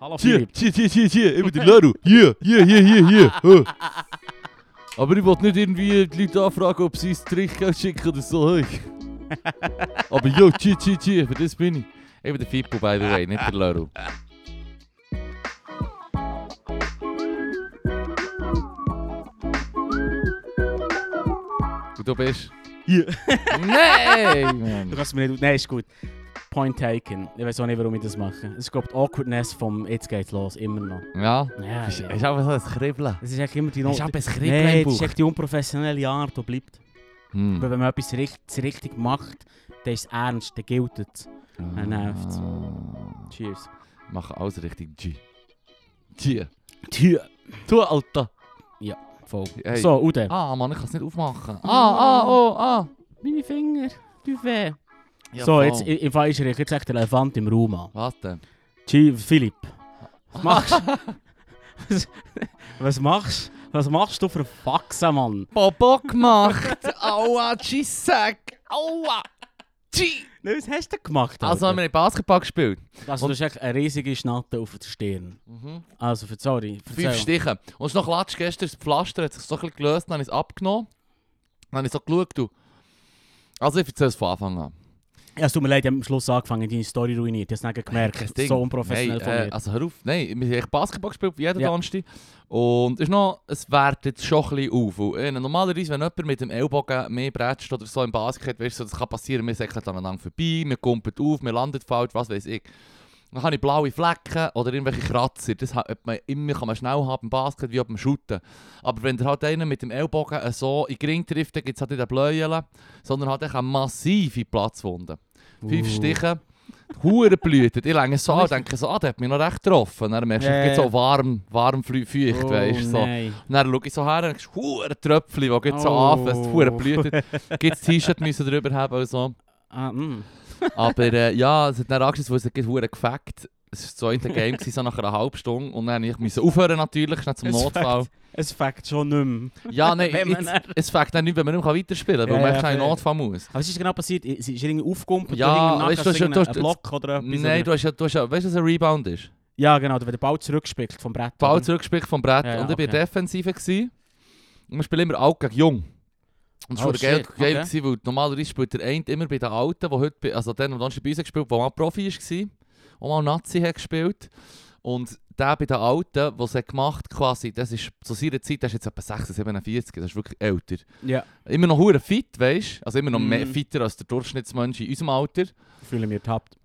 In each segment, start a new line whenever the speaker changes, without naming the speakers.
Half
Hier,
Filip.
hier, hier, hier, hier, ich bin die Leru. Hier, hier, hier, hier, hier. Huh. Aber ich wollte nicht irgendwie die Leute anfragen, ob sie es Trichgeld schicken oder so. Hey. Aber yo, hier, hier, hier, für das bin ich. Ich bin der Fippo, by the way, nicht der Leru. Und du bist?
Hier.
Nein,
Du
Mann.
kannst mir nicht. Nein, ist gut. Point taken. Ich weiß auch nicht, warum ich das mache. Es ist, glaube ich, die Awkwardness vom Jetzt geht's los. Immer noch.
Ja,
Ja,
ist,
ja.
ist einfach so ein Kribbeln.
Es ist eigentlich immer die
Ist einfach ein Kribbeln
Nein,
im
das ist
Bauch.
echt die unprofessionelle Art, die bleibt.
Hm.
Aber wenn man etwas richtig, richtig macht, dann ist es ernst, dann gilt es. Er nervt's.
Ah.
Cheers.
Mach alles richtig G. G.
Tja.
Du, Alter.
Voll.
Hey.
So, Ude.
Ah, Mann, ich kann es nicht aufmachen. Ah, ah, oh, ah.
Meine Finger. Du weh.
Ja,
so,
voll.
jetzt i- im Fall ist er jetzt echt der Elefant im Raum an.
Was denn?
Chi- Philipp. Was machst du? was machst Was machst du für Faxen, Mann?
Bobo gemacht. Aua, G-Sack. Aua. G.
Nein, was hast du denn gemacht?
Also, haben
Alter?
wir nicht Basketball gespielt.
also du hast echt eine riesige Schnatte auf der Stirn. Also, ver- sorry.
Mhm. Fünf
erzähl.
Stiche. Und es ist noch Latsch gestern, das Pflaster hat sich so ein bisschen gelöst, dann habe ich es abgenommen. Dann habe ich so geschaut. Du. Also, ich erzähle es von Anfang an.
Ja, es tut mir leid, ich habe am Schluss angefangen, deine Story ruiniert. Ich habe es nicht
Kein
gemerkt.
Ding.
So unprofessionell
Nein,
von
äh,
mir.
Also hör auf, nein, wir haben echt Basketball gespielt, jeden
Ja.
Donnerstag. Und ist noch, es wertet schon ein bisschen auf. Und, äh, normalerweise, wenn jemand mit dem Ellbogen mehr bretscht oder so im Basket, weißt du, das kann passieren, wir säckeln aneinander vorbei, wir kumpeln auf, wir landen falsch, was weiß ich. Dann habe ich blaue Flecken oder irgendwelche Kratzer. Das hat hat man immer kann man schnell haben im Basket wie beim Shooten. Aber wenn der halt einen mit dem Ellbogen äh, so in den Ring trifft, dann gibt es halt nicht einen Bläuel, sondern halt echt eine massive Platzwunde. äh, Fünf
Uh.
Stiche. Hure blutet. Ich länge so an
Weißt
und
du-
denke so, ah, der hat mich noch recht getroffen. Dann merkst du,
Ja,
es geht
ja.
so warm, warm flü- feucht,
Oh,
weißt du. So.
nein.
Und Dann schaue ich so her und denkst, hure Tröpfchen, die geht so
Oh.
anfasst, hure blutet. Gibt es T-Shirt müssen drüber haben und so.
Ah, mm.
Aber äh, ja, es hat dann angeschaut, weil es geht hure gefackt. Es war so in der Game, gewesen, so nach einer halben Stunde. Und dann musste ich aufhören natürlich, schnell zum
Es
Notfall.
Es fängt schon nicht mehr.
Ja, nein,
Wenn man
jetzt,
dann-
es fängt dann nicht, wenn man nicht mehr weiterspielen kann, weil
Ja,
man
ja,
echt schnell in
fair.
den Notfall muss.
Aber was ist genau passiert? Sie ist irgendwie aufgekumpelt?
Ja, weißt
du,
du, du hast ja-
du,
du hast-
Block oder etwas?
Nein,
oder?
du hast ja, du hast ja, weißt du, was ein Rebound ist?
Ja, genau, wenn der Ball zurückspielt vom Brett.
Ball
oder?
zurückgespielt vom Brett
Ja, ja,
und ich war
okay.
defensiver. Gewesen. Und wir spielen immer alt gegen jung. Und das war
Oh,
oh, geil,
shit,
geil
okay.
gewesen, weil normalerweise spielt der eine immer bei den Alten, die heute, bei- also der, der Donnerstag bei uns gespielt hat, der mal Profi war, und mal Nazi hat gespielt. Und der bei den Alten, der es hat gemacht quasi, das ist zu seiner Zeit, der ist jetzt etwa 46, 47, das ist wirklich älter.
Ja,
Immer noch hure fit, weißt du? Also immer noch
Mhm.
mehr fitter als der Durchschnittsmensch in unserem Alter.
ich fühle mich ertappt.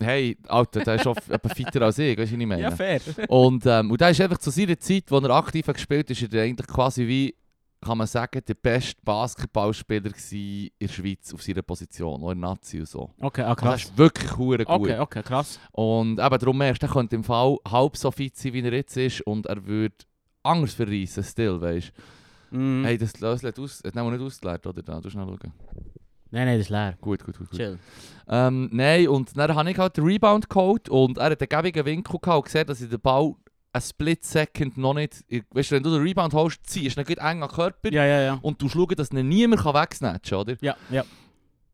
Hey, Alter, der ist schon etwa fitter als ich, weißt du, was ich meine?
Ja, fair.
Und, ähm, und da ist einfach zu seiner Zeit, wo er aktiv hat gespielt ist, ist er eigentlich quasi wie, kann man sagen, der beste Basketballspieler gsi in der Schweiz auf seiner Position, auch in der Nazi und so.
Okay, ah,
Also, das
krass.
ist wirklich hure gut.
Okay, okay, krass.
Und eben darum merkst du, er könnte im Fall halb so fit sein, wie er jetzt ist und er würde anders verreissen, still, weißt du.
Mm.
Hey, das löselt aus, hat nämlich nicht ausgelernt, oder? Da, du schnell schauen.
Nein, nein, das ist leer.
Gut, gut, gut. gut.
Chill.
Ähm, nein, und dann habe ich halt den Rebound geholt und er hat einen gäbigen Winkel gehabt und gesehen, dass ich den Ball einen Split Second noch nicht... ich- Weißt du, wenn du den Rebound holst, ziehst du ihn gleich eng an den Körper
Ja, ja, ja.
und du schaust, dass ihn niemand kann wegsnatchen kann, oder?
Ja, ja.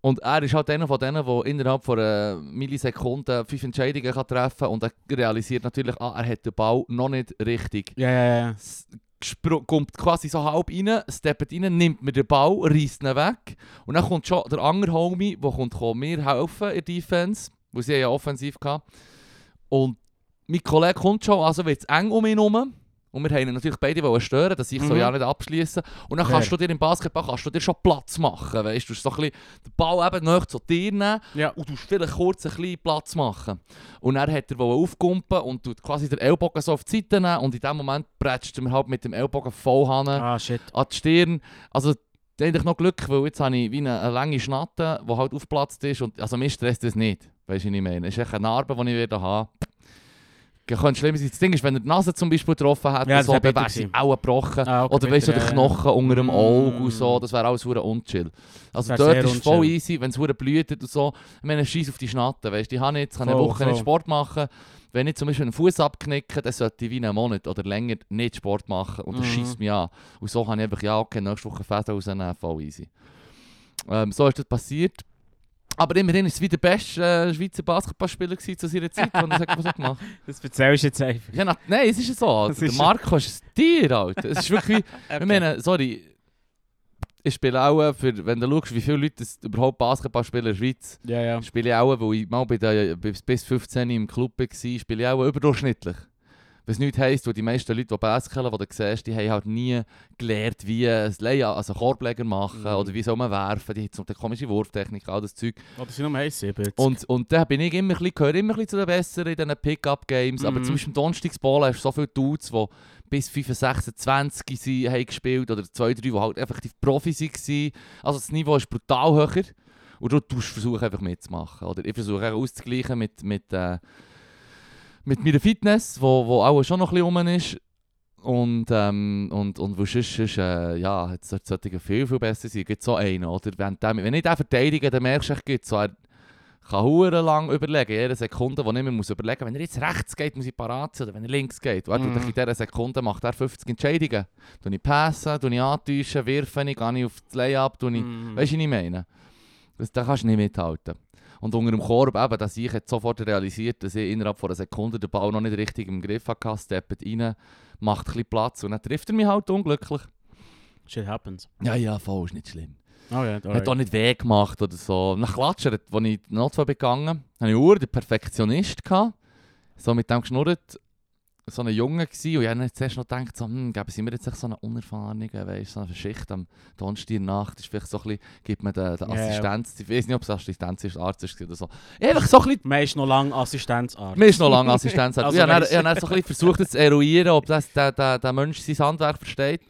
Und er ist halt einer von denen, der innerhalb von einer Millisekunde fünf Entscheidungen kann treffen kann und er realisiert natürlich, ah, er hat den Ball noch nicht richtig.
Ja, ja, ja.
S- gespr- kommt quasi so halb rein, steppt rein, nimmt mir den Ball, reißt ihn weg. Und dann kommt schon der andere Homie, der kommt, kommt mir helfen in der Defense, weil sie haben ja offensiv gehabt. Und mein Kollege kommt schon, also wird es eng um ihn herum. Und wir haben ihn natürlich beide wollen stören, dass ich so
Mhm.
ja nicht abschließen. Und dann
Fair.
kannst du dir im Basketball kannst du dir schon Platz machen, weißt du? Du hast so ein bisschen den Ball eben näher zu dir nehmen
Ja,
und du musst vielleicht kurz ein bisschen Platz machen. Und er hat er wollte aufkumpen und tut quasi den Ellbogen so auf die Seite nehmen und in dem Moment bretscht er mir halt mit dem Ellbogen voll hin,
ah, shit.
an die Stirn. Also da hatte ich noch Glück, weil jetzt habe ich wie eine, eine lange Schnatte, die halt aufgeplatzt ist. Und, also mich stresst das nicht, weißt du, was ich meine. Es ist echt eine Narbe, die ich wieder habe. Das könnte schlimm sein. Das Ding ist, wenn er die Nase zum Beispiel getroffen hätte,
Ja, das
so,
wäre
dann
bitter
wäre sie
gewesen.
auch gebrochen.
Ah, okay,
Oder weißt
bitte,
du, der
ja, ja.
Knochen unter dem Auge und so,
Mm.
das wäre alles hure unchill.
Das
Also
wär
dort
sehr
ist es voll
unchill.
easy, wenn es hure blutet und so. Ich meine, scheiß auf die Schnatte, weißt du, ich habe jetzt, kann eine
Voll,
Woche
voll.
nicht Sport machen. Wenn ich zum Beispiel einen Fuß abknicke, dann sollte ich wie einen Monat oder länger nicht Sport machen und das
Mhm.
schießt mich an. Und so habe ich einfach, ja okay, nächste Woche Fäden rausnehmen, voll easy. Ähm, so ist das passiert. Aber immerhin ist es wie der beste äh, Schweizer Basketballspieler gewesen zu seiner Zeit, wenn er das so gemacht hat.
Das erzählst du jetzt einfach.
Ja, na, nein, es ist so.
Das
Alter. Der
ist-
Marco ist ein Tier, Alter. Es ist wirklich wie,
Okay.
ich meine, sorry, ich spiele auch, äh, für, wenn du schaust, wie viele Leute das überhaupt Basketballspieler in der Schweiz
Ja, ja.
spiele ich auch, weil ich mal bei der, bis, bis 15 im Club war, spiele ich auch überdurchschnittlich. Was nichts heisst, weil die meisten Leute, die baskeln, die du siehst, die haben halt nie gelernt, wie ein Layout, also Korbleger machen
Mhm.
oder wie soll man werfen, die haben so eine komische Wurftechnik, all das Zeug.
Oder sind nur 1,70.
Und, und da bin ich immer ein bisschen, gehöre immer ein bisschen zu den Besseren in diesen Pickup-Games. Aber
Mhm.
zum Beispiel am Donnerstagsballen hast du so viele Dudes, die bis 25, 20 sind, haben gespielt oder zwei, drei, die halt effektiv Profis waren. Also das Niveau ist brutal höher. Und du tust versuchen einfach mitzumachen. Oder ich versuche auch auszugleichen mit, mit, äh, mit meiner Fitness, wo, wo auch schon noch ein bisschen rum ist. Und, ähm, und, und wo sonst, sonst äh, ja, jetzt sollte es viel, viel besser sein. Es gibt so einen, oder? Wenn, der, wenn ich den verteidige, dann merkst du, echt, gibt so, er kann hure lang überlegen, jede Sekunde, wo ich mir muss überlegen, wenn er jetzt rechts geht, muss ich parat sein, oder wenn er links geht. Und er tut
Mhm.
in dieser Sekunde macht er 50 Entscheidungen. Tue ich passen, tue ich antäuschen, wirfe ich, gehe ich auf das Layup, tue ich...
Mhm.
Weißt du, was ich meine? Das, da kannst du nicht mithalten. Und unter dem Korb eben, dass ich jetzt sofort realisiert, dass ich innerhalb von einer Sekunde den Ball noch nicht richtig im Griff hatte, steppt rein, macht ein bisschen Platz und dann trifft er mich halt unglücklich.
Shit happens.
Ja, ja, voll, ist nicht schlimm.
Oh ja,
Hat auch nicht weh gemacht oder so. Nach Klatschen, als ich die Notfall begangen habe, ich Uhr, den Perfektionist gehabt. So mit dem geschnurrt. So ein Junge gsi und ich habe dann zuerst noch gedacht, so, hm, gäbe, sind wir jetzt echt so eine Unerfahrene, weißt, so eine Schicht am Donnerstag Nacht, ist vielleicht so ein bisschen, gibt mir den, den
Ja, ja.
Assistenz, ich weiß nicht, ob es Assistenz ist, Arzt ist oder so. Einfach so ein bisschen
Man ist noch lange Assistenzarzt.
mir ist noch lange Assistenz. also
Also
ich habe dann,
weiss.
ich habe dann so ein bisschen versucht das zu eruieren, ob das, der, der, der Mensch sein Handwerk versteht.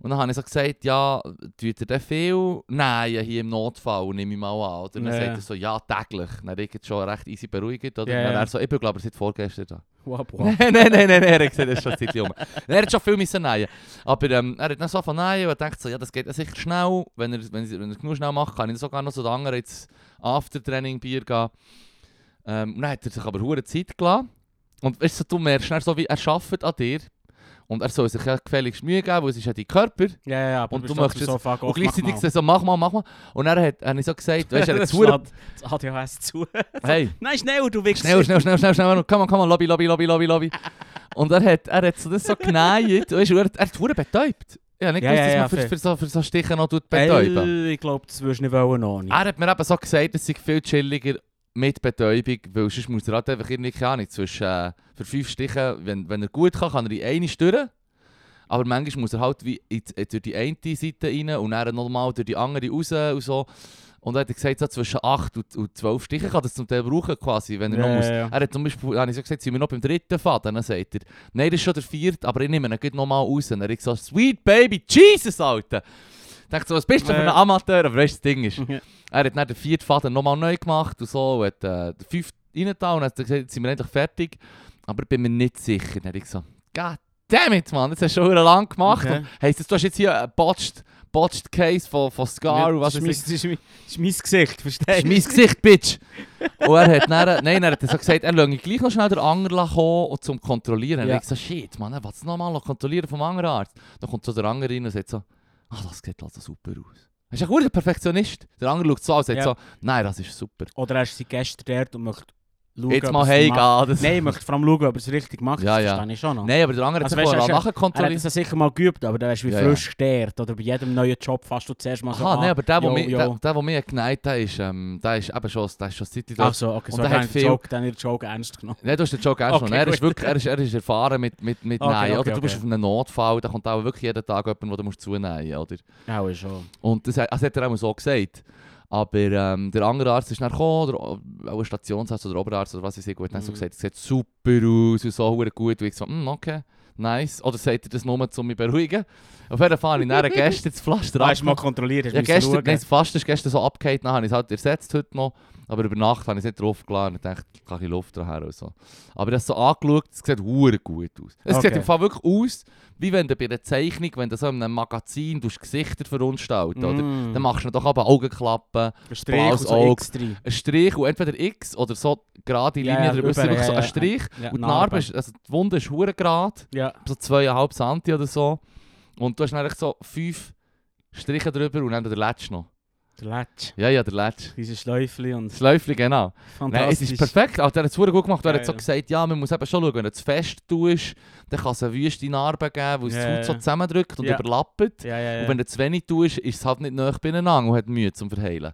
Und dann habe ich so gesagt, ja, tut er denn viel? Nein, ja, hier im Notfall nehme ich mal an. Oder dann
Ja,
sagt
ja.
er so, ja, täglich. Dann ist jetzt schon recht easy beruhigt. Oder?
Ja,
dann
ja.
er so, ich glaube, er seit vorgestern da.
Wow, wow.
Nein, nein, nein, nein, er hat gesagt, er ist schon ein Zeitchen rum. Er hat schon viel müssen nähen. Aber ähm, er hat dann so von nähen und denkt so, ja, das geht ja sicher schnell. Wenn er, wenn, er, wenn er genug schnell macht, kann ich sogar noch zu den anderen ins After-Training-Bier gehen. Ähm, und dann hat er sich aber hure Zeit gelassen. Und weißt du, du merkst dann so, wie er arbeitet an dir. Und er soll sich ja gefälligst Mühe geben, weil es ist ja dein Körper.
Ja, ja, aber
Und
bist
du
trotzdem
möchtest-
so fuck
Und
off,
gleichzeitig
mach
so, mach mal, mach mal. Und dann hat, habe ich so gesagt,
mal.
weißt du, er hat
Das
zu hure-
schlägt das ADHS zu.
hey,
Nein, schnell, du wickst.
Schnell, schnell, schnell, schnell, schnell. Komm mal, komm mal, Lobby, Lobby, Lobby, Lobby, Lobby. Und er hat, er hat so das so genäht. Weißt du, er, er hat verdammt betäubt. Ja, nicht
Ja, ja,
gewusst, dass
ja,
man für,
fair.
für, so, für so Stiche noch tut betäuben.
Ey, ich glaube, das würdest du nicht wollen, noch nicht.
Er hat mir eben so gesagt, es sei viel chilliger mit Betäubung, weil sonst muss er halt einfach irgendwie, keine Ahnung, zwischen, äh, für fünf Stiche, wenn, wenn er gut kann, kann er in eine stören. Aber manchmal muss er halt wie in, in, durch die eine Seite rein und dann nochmal durch die andere raus und so. Und er hat gesagt, so zwischen 8 und, und 12 Stiche kann er das zum Teil brauchen, quasi, wenn er noch
Ja,
muss.
ja, ja.
Er hat zum Beispiel, habe ich so gesagt, sind wir noch beim dritten Faden? Dann sagt er, nein, das ist schon der vierte, aber ich nehme ihn gleich noch nochmal raus. Und er hat so, sweet baby, Jesus, Alter! Ich dachte so, was bist du für ein
Ja.
Amateur? Aber weißt du, das Ding ist,
Ja.
er hat dann den vierten Faden nochmal neu gemacht und so, und hat äh, den fünften reingetan und hat gesagt, jetzt sind wir endlich fertig. Aber ich bin mir nicht sicher. Dann habe ich gesagt, God damn it, Mann, das hast du schon lange gemacht.
Okay.
Und heisst das, du hast jetzt hier einen botched, botched Case von, von Scar und was
das
weiß
ist
ich.
mein, das ist mein, das ist mein Gesicht,
Das
verstehst
ist
du?
mein Gesicht, Bitch! Und er hat dann, nein, er hat so gesagt, er lasse gleich noch schnell den anderen kommen und zum Kontrollieren. Und
Ja.
ich gesagt, shit, Mann, er will es nochmal kontrollieren vom anderen Arzt. Dann kommt so der andere rein und sagt so, ah, das sieht also super aus. Er ist ein guter Perfektionist. Der andere schaut so an und sagt
Ja.
so, nein, das ist super.
Oder hast du sie gestern dort und möchtest schauen,
Jetzt
ob
mal
er's
heimgehen.
gemacht-
Das-
Nein, ich möchte vor allem schauen, ob er es richtig macht.
Ja,
das
ja.
verstehe ich schon noch.
Nein, aber der andere hat
Also
sich
weißt du,
vorher
hast du- Er hat
nachkontrolliert.
das ja sicher mal geübt, aber dann wärst du wie
Ja, ja.
frisch gestärkt. Oder bei jedem neuen Job fasst du zuerst mal so ah.
Aha,
an.
nein, aber der, der,
yo,
mich-
yo.
der, der, der mir geneigt hat, ist, ähm, der ist eben schon, der ist schon seit
Ach so, okay, so
Und er
dann
hat
habe ich den
viel-
Joke, dann habe ich den Joke ernst genommen.
Nein, du hast den Joke ernst
Okay,
genommen. Er ist
gut.
wirklich, er ist, er ist erfahren mit, mit, mit
Okay,
Nähen.
okay,
oder du bist
okay.
auf einem Notfall, da kommt auch wirklich jeden Tag jemand, den du musst zunähen musst.
Ja, ist schon.
Und das, hat- das hat er auch so gesagt. Aber ähm, der andere Arzt ist dann gekommen, oder äh, auch ein Stationsarzt oder Oberarzt oder was weiß ich, und hat dann so
Mhm.
gesagt, es sieht super aus und so verdammt gut. Und ich so, «Mm, okay, nice. Oder sagt er das nur, um mich zu beruhigen? Auf jeden Fall habe ich dann gestern das Pflaster
Du hast mal
abgemacht.
kontrolliert, hast
Ja,
müssen
gestern,
schauen.
nein, fast ist gestern so abgehauen, dann habe ich es halt ersetzt heute noch. Aber über Nacht habe ich es nicht draufgeladen und dachte, ich kann ich Luft dran und so. Aber das so angeschaut, es sieht hure gut aus. Es
Okay.
sieht im Fall wirklich aus, wie wenn du bei einer Zeichnung, wenn du so in einem Magazin tust Gesichter verunstalten oder?
Mm.
Dann machst du doch aber Augenklappen,
Ein Strich
blaues
und so
Auge.
X drin.
einen Strich und entweder X oder so gerade
Ja,
Linie
ja,
drüber. Es ist
über,
wirklich
ja,
so ein
ja.
Strich.
Ja,
Und die Narbe, ist, also die Wunde ist hure gerade
Ja.
so 2,5 Santi oder so. Und du hast dann echt so fünf Striche drüber und dann der letzte noch.
Der Latsch.
Ja, ja, der Latsch.
Diese Schläufli und
Das Läufli, genau. Nein, es
fantastisch.
ist perfekt. Alter, er hat es verdammt gut gemacht. Er hat so
Geil.
gesagt, ja, man muss eben schon schauen, wenn du zu fest tust, dann kann es eine wüste Narbe geben, weil es
Ja,
die Haut so
ja.
zusammendrückt und
Ja.
überlappt.
Ja, ja, ja.
Und wenn du zu wenig tust, ist es halt nicht nahe beieinander und hat Mühe zum Verheilen.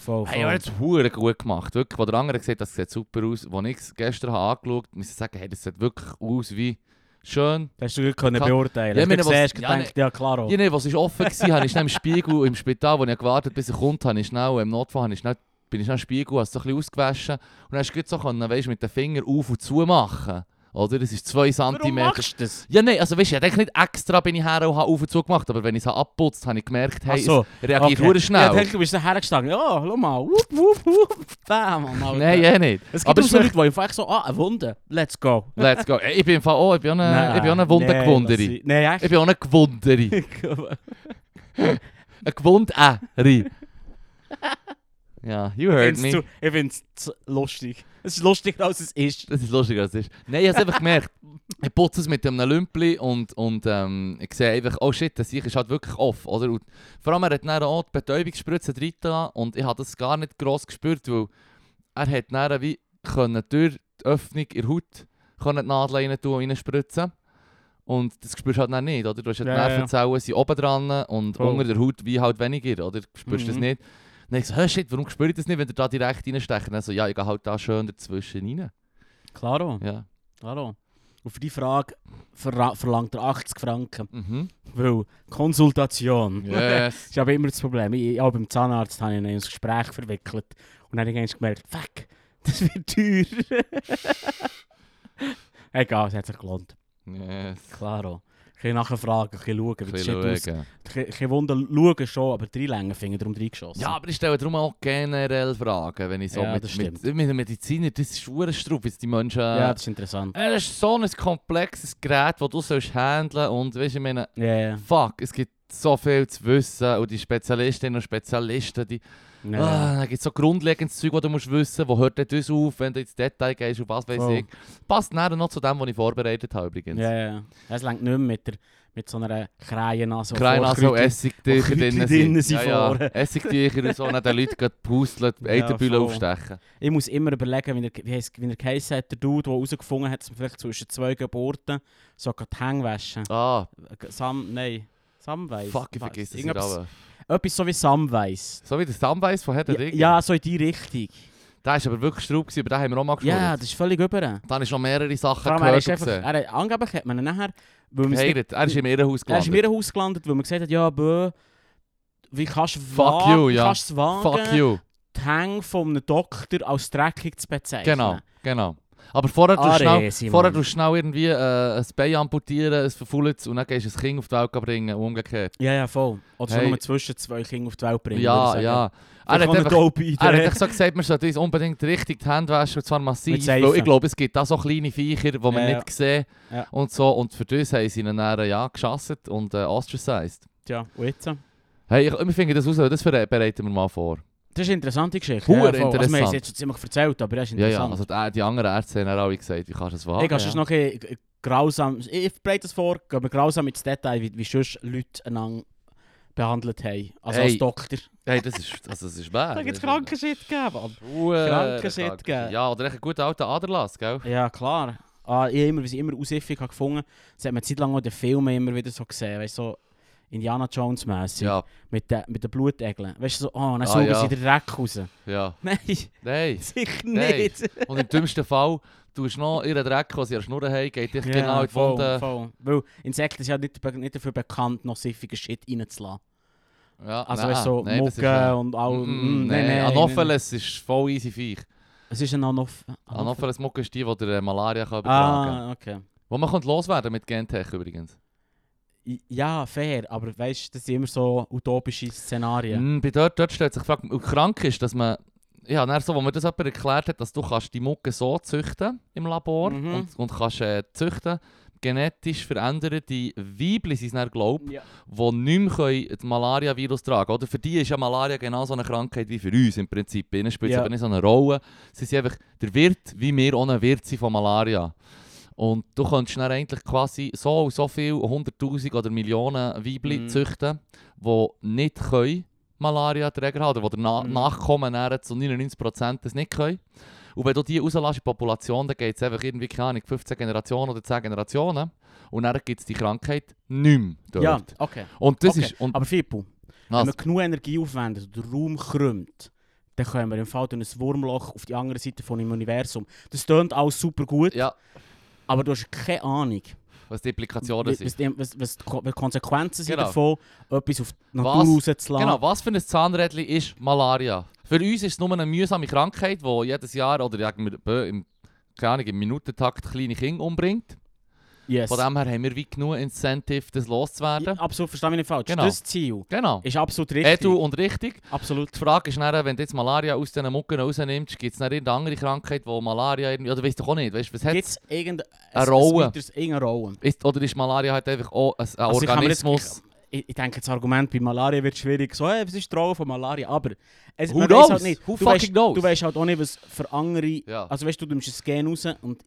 voll, voll.
Hey, er hat es verdammt gut gemacht. Wirklich, wo der andere gesagt hat, das sieht super aus. Als ich es gestern habe angeschaut habe, muss ich sagen, hey, das sieht wirklich aus wie schön.
Das hast du gut können
Ka-
beurteilen.
Ja,
Ja, ich
meine, was-
gesehen,
ja,
gedacht, ja, klar.
Ja, nee, was ist offen war, habe ich schnell im Spiegel im Spital, wo ich gewartet bis er kommt, habe ich schnell im Notfall habe ich schnell, bin ich schnell im Spiegel, habe es so ein bisschen ausgewaschen und dann hast du gut so können, weißt, mit den Fingern auf und zu machen. Oder? Das ist zwei Zentimeter.
machst du das?
Ja, nein, also weißt du, ich denke nicht extra bin ich her und habe auf und zu gemacht, aber wenn ich es habe abputzt, habe ich gemerkt, hey,
Ach so,
es reagiert okay.
Ja,
schnell.
ich denke, du bist nachher gestanden. Ja, schau mal. Wup, wup, wup. Bam, Mann, Alter.
nein, eh nicht.
Es gibt
aber
aber
es
so
ist
Leute, die einfach so, ah, eine Wunde. Let's go.
Let's go. Ey, Ich bin im Fall auch, ich bin auch eine, ich bin auch eine Wundengewundere.
Nein, nein,
ich bin auch eine Gewundere.
echt.
Eine Gewundere. ja, you heard me.
Ich finde es lustig. nou, Es ist lustiger, als es ist.
Das ist lustiger als es ist. Nein, ich habe einfach gemerkt. Ich putze es mit einem Lümpli und, und ähm, ich sehe einfach, oh shit, das Sieg ist halt wirklich off. Oder? Und vor allem, er hat dann auch die Betäubungsspritze drin getan und ich habe das gar nicht gross gespürt, weil er hat dann wie können durch die Öffnung in der Haut können die Nadel rein tun und reinspritzen. Und das spürst du halt dann nicht, oder? Du hast ja die
Ja, ja, ja.
Nervenzellen sind oben dran und
Voll.
unter der Haut wie halt weniger, oder? Du spürst das
Mhm.
nicht. Dann ich so, «Hä, shit, warum spüre ich das nicht, wenn du da direkt reinstechst? Und Dann so, ja, ich gehe halt da schön dazwischen rein.
Klaro,
Ja.
klaro. Und für die Frage verra- verlangt er 80 Franken.
Mhm.
Weil Konsultation.
Yes.
Das ist aber immer das Problem. Ich, ich, auch beim Zahnarzt habe ich in ein Gespräch verwickelt. Und dann habe ich eins gemerkt, fuck, das wird teuer. Egal, es hat sich gelohnt.
yes.
Klaro. Ich kann nachher fragen, ich kann schauen, wie das
Bisschen
shit aussieht.
schauen.
Ich- Ich kann Wunder schauen schon, aber drei Längen finden darum reingeschossen.
Ja, aber ich stelle darum auch generell Fragen, wenn ich so
Ja,
mit,
das
mit,
stimmt.
mit einem Mediziner, das ist Uhrenstrupp, jetzt die Menschen...
ja, das ist interessant.
Äh, das ist so ein komplexes Gerät, das du sollst handeln und weißt, ich meine,
Ja, ja.
fuck, es gibt so viel zu wissen und die Spezialistinnen und Spezialisten, die...
ja.
Ah, da gibt es so grundlegendes Zeug, das du musst wissen musst, wo hört denn das auf, wenn du ins Detail gehst und was weiß
Voll.
ich. Passt nachher noch zu dem, was ich vorbereitet habe übrigens.
Ja, ja. ja. Es längt nicht mehr mit, der, mit so einer Kreiennase. die
Klein
vor
also
Kräutchen-
Essigtücher
Kräutchen
drin
drinnen
sind.
sind
Ja, ja.
vorne.
Essigtücher und so, und dann den Leuten gerade pusteln, die
Ja,
Eiterbülle
voll.
aufstechen.
Ich muss immer überlegen, wie er, wie heisst- wie er geheissen hat, der Dude, der herausgefunden hat, dass man vielleicht zwischen zwei Geburten sogar die Hänge waschen
Ah,
Sam, nein. Samweiss.
fuck, ich vergesse es
Irgendwas-
aber.
Etwas so wie Samweiss.
So wie der Samweiss von Herr der
Ja,
Ringe.
ja, so in die Richtung.
Der war aber wirklich straub, gewesen, aber den haben wir auch mal
Ja,
geschnurrt.
das ist völlig über.
Dann ist noch mehrere Sachen
Vor allem, er
gehört
ist
und
einfach,
gesehen.
er, angeblich hat man ihn nachher, weil man es nicht-
Geheiratet. Er ist im Ehrenhaus
er ist im
gelandet.
Irrenhaus gelandet, weil man gesagt hat, ja, bö, wie kannst du
Fuck
wa-
you,
wie
ja.
kannst du es wagen,
Fuck you.
die Hänge von einem Doktor als dreckig zu bezeichnen?
Genau, genau. Aber vorher tust du
Are,
schnell,
Simon.
vorher tust du schnell irgendwie äh, ein Bein amputieren, ein verfaulendes und dann gehst du ein Kind auf die Welt bringen und umgekehrt.
Ja, ja, voll. Oder
Hey.
schon nur zwischen zwei Kinder auf die Welt bringen.
Ja, ja. Ah, Er hat einfach Er hat
einfach...
echt so gesagt, man sollte uns unbedingt richtig die Hände waschen, und zwar massiv,
Mit Seife.
weil ich glaube, es gibt da so kleine Viecher, die man
Ja, ja.
nicht sehen
Ja.
und so. Und für das haben sie ihn dann äh, ja, geschasset und äh, ostracized.
Ja, und jetzt?
Hey, ich, wir finden das raus, das bere- bereiten wir mal vor.
Das ist eine interessante Geschichte.
Hure
voll. Also, wir haben
interessant.
es jetzt schon ziemlich erzählt, aber das ist
Ja, ja,
interessant.
also die, die anderen Ärzte haben dann alle gesagt, wie kannst du das wagen?
ich kann sonst
ja.
noch ein bisschen grausam... Ich- Ich breite es vor, gehen wir grausam ins Detail, wie, wie sonst Leute einander behandelt haben. Also
Hey. Ah,
als Doktor.
Hey, das ist, also, das ist bad.
Da gibt es
Das ist-
Krankenshit gegeben. Mann.
Hure
Krankenshit
krank.
gegeben.
Ja, oder echt einen guten alten Aderlass, gell?
Ja, klar. Ah, ich immer, was ich immer aussiffig habe gefunden, das hat man seit langem in den Filmen immer wieder so gesehen, weißt du, so Indiana jones mäßig
Ja,
mit, den, mit den Blutegeln. Weißt du, so, oh, dann
Ah,
saugen
ja.
sie den Dreck raus.
ja.
Nein,
Nein.
sicher
Nein.
nicht.
Und im dümmsten Fall, du hast noch ihren Dreck, was sie an der Schnur haben, geht dich genau eh, in die
voll,
Wunde.
voll. Weil Insekten sind ja nicht, be- nicht dafür bekannt, noch siffigen Shit reinzulassen.
Ja,
Also
nein,
weißt du, so
nein, das ist,
Mucke
äh,
und all...
Mm,
Mm, nein,
nein,
nein, nein.
Anopheles ist voll easy Viech.
Es ist ein Anoph...
Anopheles Mucke ist die, die der äh, Malaria kann übertragen kann.
Ah, okay.
Wo man könnte loswerden mit Gentech übrigens.
I- Ja, fair, aber weißt du, das sind immer so utopische Szenarien.
Mm, bei dort, dort stellt sich die Frage, ob krank ist, dass man... Ja, dann so, wo mir das jemand erklärt hat, dass du kannst die Mucke so züchten im Labor
Mhm.
und, und kannst äh, züchten, genetisch veränderte Weibli, sind es dann glaubt,
Ja.
die nicht mehr können das Malaria-Virus tragen können. Oder für die ist ja Malaria genau so eine Krankheit wie für uns im Prinzip. Ihnen spielt es
Ja.
aber nicht so eine Rolle. Sie sind einfach der Wirt, wie wir ohne Wirt sind von Malaria. Und du kannst dann eigentlich quasi so und so viel, 100'000 oder Millionen Weibli
Mhm.
züchten, die nicht können Malaria-Träger haben, oder die der Na
Mhm.
Nachkommen dann zu 99% das nicht können. Und wenn du die rauslässt in die Population, dann geht es einfach irgendwie, keine Ahnung, 15 Generationen oder 10 Generationen und dann gibt es die Krankheit nicht mehr dort.
Ja, okay.
Und das
okay.
ist... Und,
Aber Fippo,
was?
wenn wir genug Energie aufwenden und der Raum krümmt, dann können wir im Fall durch ein Wurmloch auf die andere Seite von dem Universum. Das tönt alles super gut,
ja,
aber du hast keine Ahnung,
was die Implikationen
was,
sind.
was, die- was, was die Ko- die Konsequenzen sind
Genau.
davon, etwas auf die
Was-
Natur rauszulassen.
Genau, was für ein Zahnrädchen ist Malaria? Für uns ist es nur eine mühsame Krankheit, die jedes Jahr oder ja, im, im, keine Ahnung, im Minutentakt kleine Kinder umbringt.
Yes.
Von dem her haben wir wie genug Incentive, das
Ja,
loszuwerden.
absolut, verstehe mich nicht falsch.
Genau.
Das Ziel
Genau.
ist absolut richtig.
Edu und richtig.
Absolut.
Die Frage ist dann, wenn du jetzt Malaria aus diesen Mucken rausnimmst, gibt es dann irgendeine andere Krankheit, wo Malaria irgendwie, oder weißt du auch nicht, weißt du, was hat
Gibt es irgendeine
Eine Rolle.
Rolle?
ist, oder ist Malaria halt einfach auch ein, ein
Also ich kann mir jetzt-
Organismus?
Ich, ich denke, das Argument bei Malaria wird schwierig. So, hey, was ist die Rolle von Malaria? Aber es,
Who
man weiss
knows?
halt nicht.
Who
du
fucking
weißt,
knows?
Du weißt halt auch nicht, was für andere...
Ja.
Also weißt du, du nimmst ein Gen raus und...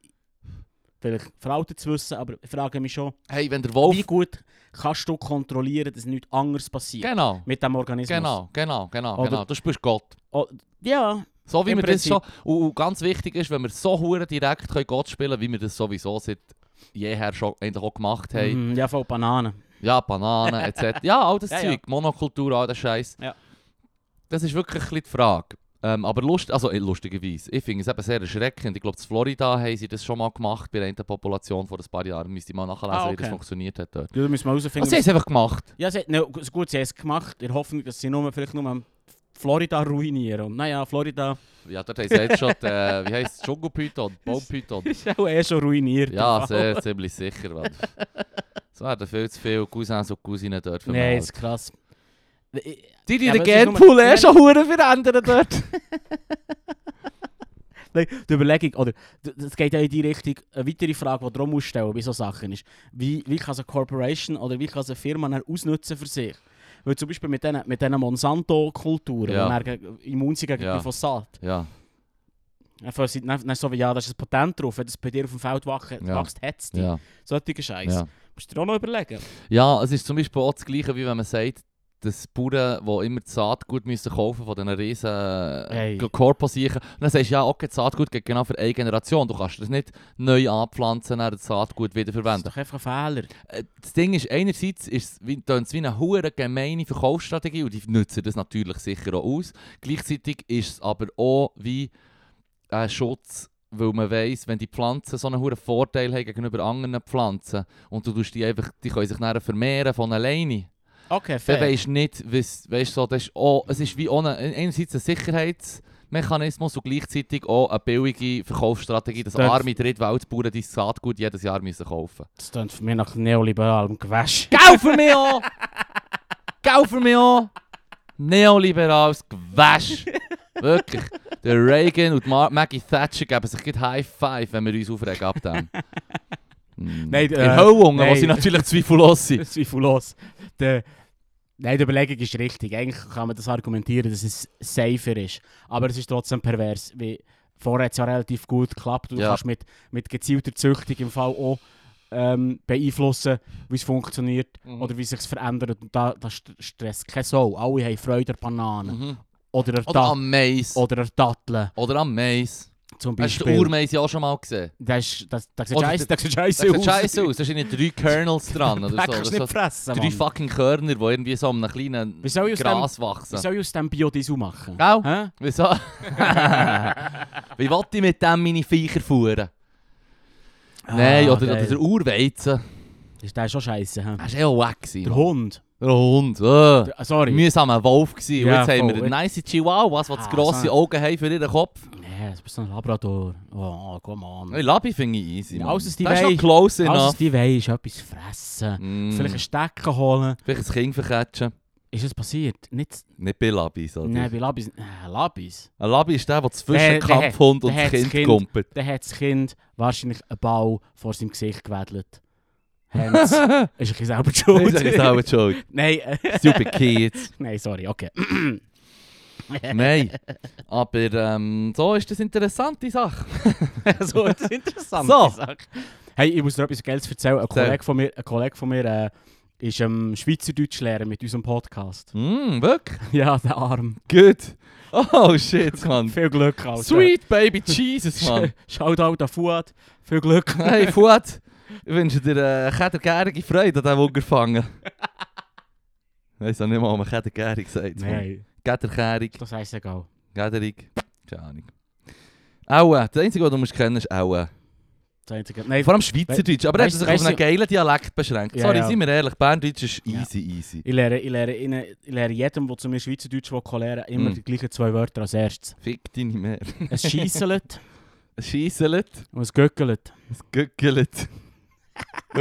Vielleicht veraltet zu wissen, aber ich frage mich schon,
Hey, wenn der Wolf...
wie gut kannst du kontrollieren, dass nichts anderes passiert
Genau,
mit diesem Organismus?
genau, genau, genau,
Oder-
genau. Du spürst Gott.
Oh, ja,
So wie
Im
wir das
Prinzip.
schon. Und und ganz wichtig ist, wenn wir so hure direkt können Gott spielen wie wir das sowieso seit jeher schon eigentlich auch gemacht haben.
Mhm, ja, voll Bananen.
Ja, Bananen etc. Ja, all das
Ja, ja.
Zeug, Monokultur, all das Scheiß.
Ja.
Das ist wirklich ein bisschen die Frage. Ähm, aber lust, also, äh, lustigerweise, ich finde es eben sehr erschreckend. Ich glaube, in Florida haben sie das schon mal gemacht bei einer Population vor ein paar Jahren. Müsste ich mal nachlesen,
Ah,
wie das
okay.
funktioniert hat dort.
Ja, da müssen wir herausfinden,
Also, sie haben es einfach gemacht.
Ja, nou, sie, ne, gu- gut, sie haben es gemacht, in der Hoffnung, dass sie nur, vielleicht nur Florida ruinieren. Und naja, Florida
Ja, dort haben sie jetzt schon, die, äh, wie heisst es, Dschungelpython, Baumpython.
ist auch eh schon ruiniert.
Ja,
im Fall.
sehr ziemlich sicher. Mann. Es werden viel zu viele Cousins und Cousinen dort
Nein,
vermeldet.
ist krass. Ich-
Die, die
Ja,
den
aber es ist
Genpool
nur-
eh schon Huren verändern dort.
Nein, die Überlegung, oder d- das geht ja in die Richtung, eine weitere Frage, die du auch musst stellen bei solchen Sachen ist, wie, wie kann so eine Corporation oder wie kann so eine Firma dann ausnutzen für sich? Weil zum Beispiel mit diesen mit diesen Monsanto-Kulturen,
Ja.
die dann gegen- immun sind gegen
Ja.
Glyphosat,
ja,
einfach sind- dann, dann so wie, ja, da ist ein Patent dus drauf, wenn das bei dir auf dem Feld wach- wächst, ja. hat es dich.
ja,
Solche Scheiße.
ja.
Musst du dir auch noch überlegen.
Ja, es ist zum Beispiel auch das Gleiche, wie wenn man sagt, dass Bauern, die immer das Saatgut müssen kaufen von diesen riesen
Hey.
hey. Korposiechen, und dann sagst du, ja, okay, das Saatgut geht genau für eine Generation. Du kannst das nicht neu anpflanzen und das Saatgut wieder
Das ist
verwenden.
doch einfach ein Fehler.
Äh, Das Ding ist, einerseits ist es wie, tönt es wie eine hure gemeine Verkaufsstrategie und die nutzen das natürlich sicher auch aus. Gleichzeitig ist es aber auch wie ein Schutz, weil man weiss, wenn die Pflanzen so einen hohen Vorteil haben gegenüber anderen Pflanzen und du tust die einfach, die können sich nachher vermehren von alleine,
Okay,
dann
fair.
weisst du nicht, weißt, weißt, so, das ist auch, es ist wie auch eine, einerseits ein Sicherheitsmechanismus und gleichzeitig auch eine billige Verkaufsstrategie, dass
Das-
arme Drittweltbauern dein Saatgut jedes Jahr müssen kaufen
Das klingt für mich nach neoliberalem Gewäsch.
Gau für mich an! Gau für mich an! Neoliberales Gewäsch! Wirklich. Der Reagan und Mar Maggie Thatcher geben sich gleich High Five, wenn wir uns aufregen ab dem. Mm.
Nein,
In
äh,
Hauungen, wo
nein.
sie natürlich zweifellos sind.
Zweifellos. Der, nein, die Überlegung ist richtig. Eigentlich kann man das argumentieren, dass es safer ist. Aber es ist trotzdem pervers. Wie vorher hat es ja relativ gut geklappt. Du
Ja.
kannst mit, mit gezielter Züchtung im Fall auch ähm, beeinflussen, wie es funktioniert Mhm. oder wie es sich verändert. Und da, da st- stresst kein Soul. Alle haben Freude an Bananen.
Mhm.
Oder an
Oder
Dat-
am Mais.
Oder an Datteln
Oder am Mais.
zum
Hast du
Beispiel.
den Urmais ja auch schon mal gesehen?
Das ist, das, das sieht
Oder
scheiße,
der-
das sieht
Das sieht
scheiße aus.
scheiße aus. Da sind nicht drei Kernels dran oder
Das kannst
so. Das
du
sind
nicht
so
fressen,
drei
Mann.
fucking Körner, die irgendwie so an einem kleinen
Wie soll ich aus dem-
Gras
Wie
wachsen.
soll ich aus dem Biodiesel machen?
Gell?
Hä?
Wieso? Wie wollte ich mit dem meine Viecher fuhren? Nein,
Ah,
oder, oder
geil.
der Urweizen.
Ist der schon scheiße? hä?
Das war eh auch wack. gewesen.
Der Hund.
Der Hund. Äh.
Der- ah, sorry.
Mühsamer Wolf gewesen. Und
Ja,
jetzt haben
voll.
wir einen nice Chihuahuas, die
Ah,
ah,
so
grosse
ein-
Augen haben für ihren Kopf.
nee, das bist ein Labrador. Oh, come on.
Hey, Labi finde ich easy.
Ja,
Mann.
alles, was die
das ist noch
wollen.
close
Alles, was
enough.
die wollen, ist etwas fressen.
Mm.
Vielleicht einen Stecken holen.
Vielleicht ein Kind verketschen.
Ist das passiert? Nicht...
Nicht bei Labis, oder?
Nein, bei Labis... Äh, Labis?
Ein Labi ist der, der
Der-
zwischen
der-
Kampfhund und
der
das
hat das
Kind
Kind.
kumpelt.
Dann hat das Kind wahrscheinlich einen Ball vor seinem Gesicht gewedelt. Hens. ist ein bisschen selber die
Das ist
schuld.
auch eine Schuld.
Nein, äh,
Stupid Kids.
nein, sorry, okay.
Nein. Aber ähm, so ist das eine interessante Sache.
so, das ist interessant.
So.
Sache. Hey, ich muss dir etwas Geiles erzählen. Ein
Erzähl.
Kollege von mir, ein Kollege von mir äh, ist ähm, Schweizerdeutschlehrer mit unserem Podcast.
Mm, wirklich?
ja, der Arm.
Gut. Oh shit, Mann.
Viel Glück, Alter.
Sweet baby Jesus, Mann.
Shoutout an Fuad. Viel Glück.
Hey, Fuad. Ich wünsche dir eine kettergärige Freude an diesem Unterfangen. Ich weiss auch nicht mal, ob man kettergärig sagt.
Nein,
Kettergärig,
das heisst egal.
ketterig. Keine Ahnung. Aua. Das Einzige, was du musst kennen ist Aua.
Das einzige. Nein,
Vor allem Schweizerdeutsch. Aber er hat
weisst-
sich auf
weisst
einen
du-
geilen Dialekt beschränkt.
Ja,
Sorry,
ja.
seien wir ehrlich. Berndeutsch ist
Ja.
easy, easy.
ich, lehre, ich, lehre, ihnen- ich lehre jedem, der zu mir Schweizerdeutsch will, lernen will, immer
Mm.
die gleichen zwei Wörter als erstes.
Fick dich nicht mehr.
Es schiesselt
Es schiesselt,
und es göckelt.
es göckelt.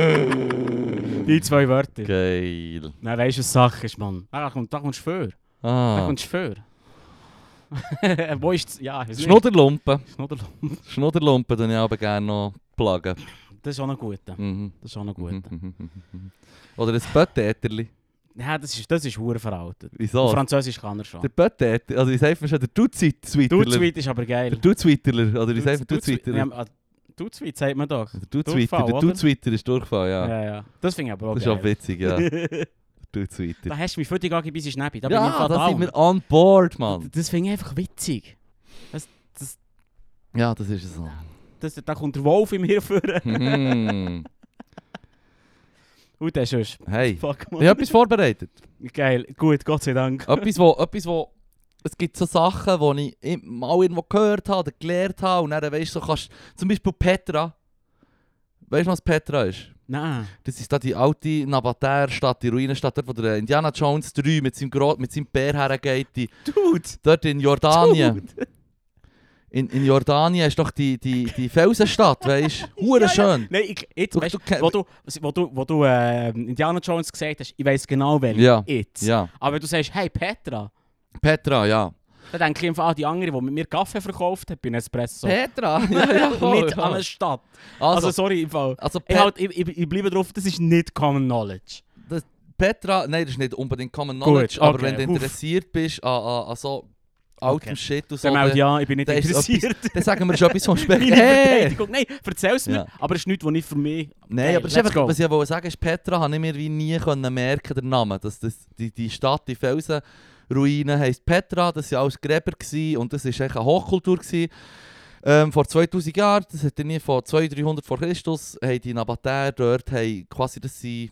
Die Nou, zwei Wörter.
Geil.
Nein, weißt du, was Sache ist, Mann? Ah, da kommt- da kommst du für. Da
Ah.
kommst du für. Wo ist das? Ja, ist
Schnudderlumpen.
Schnudderl.
Schnudderlumpen tue ich aber gerne noch plagen.
Das ist auch noch gut. Das
Mhm.
ist auch noch gut.
Mhm. Oder ein Böttäterli.
Ja, das ist, das ist hure veraltet.
Wieso?
Französisch kann er schon.
der Böttäter, also ich sage mir schon, der Dutzwitterler.
Dutzweit ist aber
Der
geil.
Dutzwitterler, oder ich sage mir
Dutzweit-
Dutzwitterler.
Ja, ah, Dutzweit sagt man doch.
Der Dutzwitter,
Durchfall,
der
oder?
Dutzwitter ist Durchfall,
Ja,
ja.
ja. Das finde ich aber auch
Das ist auch
geil.
witzig, ja. Der Dutzwitter.
da hast du mich für die Gage bis in Schnäppi. Da bin ich
Ja,
fatal.
da sind wir on board, Mann.
Das finde ich einfach witzig.
Ja, das ist es so.
Das, da kommt der Wolf in mir vor.
Mhm.
Und der ist
Hey,
Fuck,
ich
Mann.
habe etwas vorbereitet.
Geil. Gut, Gott sei Dank.
etwas, wo, etwas, wo es gibt so Sachen, die ich im- mal irgendwo gehört habe oder gelernt habe und dann weißt du, so kannst zum Beispiel Petra. Weißt du, was Petra ist?
Nein.
Das ist da die alte Nabatär-Stadt, die Ruinenstadt, dort, wo der Indiana Jones 3 mit seinem, Gro mit seinem Bär hergeht. Die,
Dude.
dort in Jordanien. In, in Jordanien ist doch die, die, die Felsenstadt, weißt du? Hure
Ja, ja.
schön.
Nein, ich, jetzt,
Du-
weißt,
du kenn-
wo du, wo du, wo du äh, Indiana Jones gesagt hast, ich weiß genau welche.
Ja.
Jetzt.
Ja,
Aber wenn du sagst, hey Petra,
Petra, ja.
dann denke ich einfach an die andere, die mit mir Kaffee verkauft hat bei Nespresso.
Petra? Ja, ja, voll,
nicht
ja.
an der Stadt. Also,
Also,
sorry, im Fall.
also
Ich,
Petra.
halt, ich, ich, ich bleibe drauf, das ist nicht Common Knowledge.
Petra, nein, das ist nicht unbedingt Common Knowledge,
Gut,
aber
okay,
wenn du
huff.
interessiert bist an, an, an so altem
Okay.
Shit und so,
Dann melde
dann,
ja, ich bin nicht
da ist
interessiert.
dann sagen wir schon etwas vom Speck.
Meine
Hey!
Verteidigung. Nein, erzähl es mir,
Ja.
aber es ist nichts, was ich für mich...
Nein,
Hey,
aber es ist
let's
einfach,
go.
was ich wollte sagen ist, Petra habe ich mir wie nie können merken, den Namen. Dass das, die, die Stadt, die Felsenruinen heisst Petra, das waren alles Gräber gewesen und das war echt eine Hochkultur. Gewesen. Ähm, vor 2000 Jahren, das hat nie von 200, 300 vor Christus, haben die Nabatäer dort haben quasi, dass sie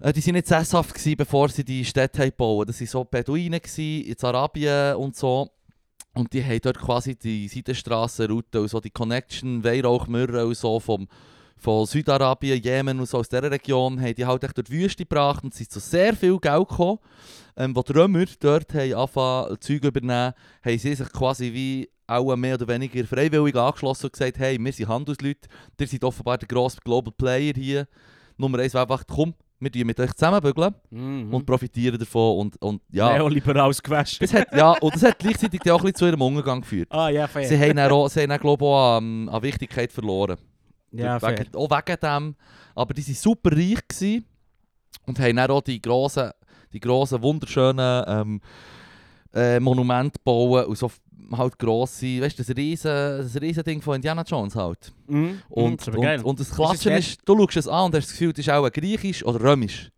äh, die sind nicht sesshaft gewesen, bevor sie die Städte haben gebaut. Das waren so Beduinen gewesen, in Arabien und so. Und die haben dort quasi die Seidenstrassenroute und so die Connection, Weihrauch, Myrrhe und so vom, von Südarabien, Jemen und so aus dieser Region, haben die halt echt durch die Wüste gebracht und sind zu sehr viel Geld gekommen. Ähm, wo die Römer dort haben angefangen, Zeug übernehmen, haben sie sich quasi wie auch mehr oder weniger freiwillig angeschlossen und gesagt, hey, wir sind Handelsleute, ihr seid offenbar der grosse Global Player hier. Nummer eins war einfach, komm, wir tun mit euch zusammenbügeln
Mhm.
und profitieren davon und, und ja.
Neoliberales Gewäsch.
Das hat, ja, und das hat gleichzeitig dann auch ein bisschen zu ihrem Umgang geführt.
Ah, ja, fair.
Sie haben dann, auch- sie haben dann glaube ich, auch an, an Wichtigkeit verloren.
ja, fair.
wegen, auch wegen dem. Aber die waren super reich gewesen und haben dann auch die grossen, die grossen wunderschönen ähm, äh, Monumente gebaut und so f- halt grosse, weißt du, das riesen, das riesen Ding von Indiana Jones halt.
Mhm. Mhm,
Und,
ist aber geil.
und, und das Klatschen
Ist es
ist, du schaust es an und hast das Gefühl, das ist auch griechisch oder römisch.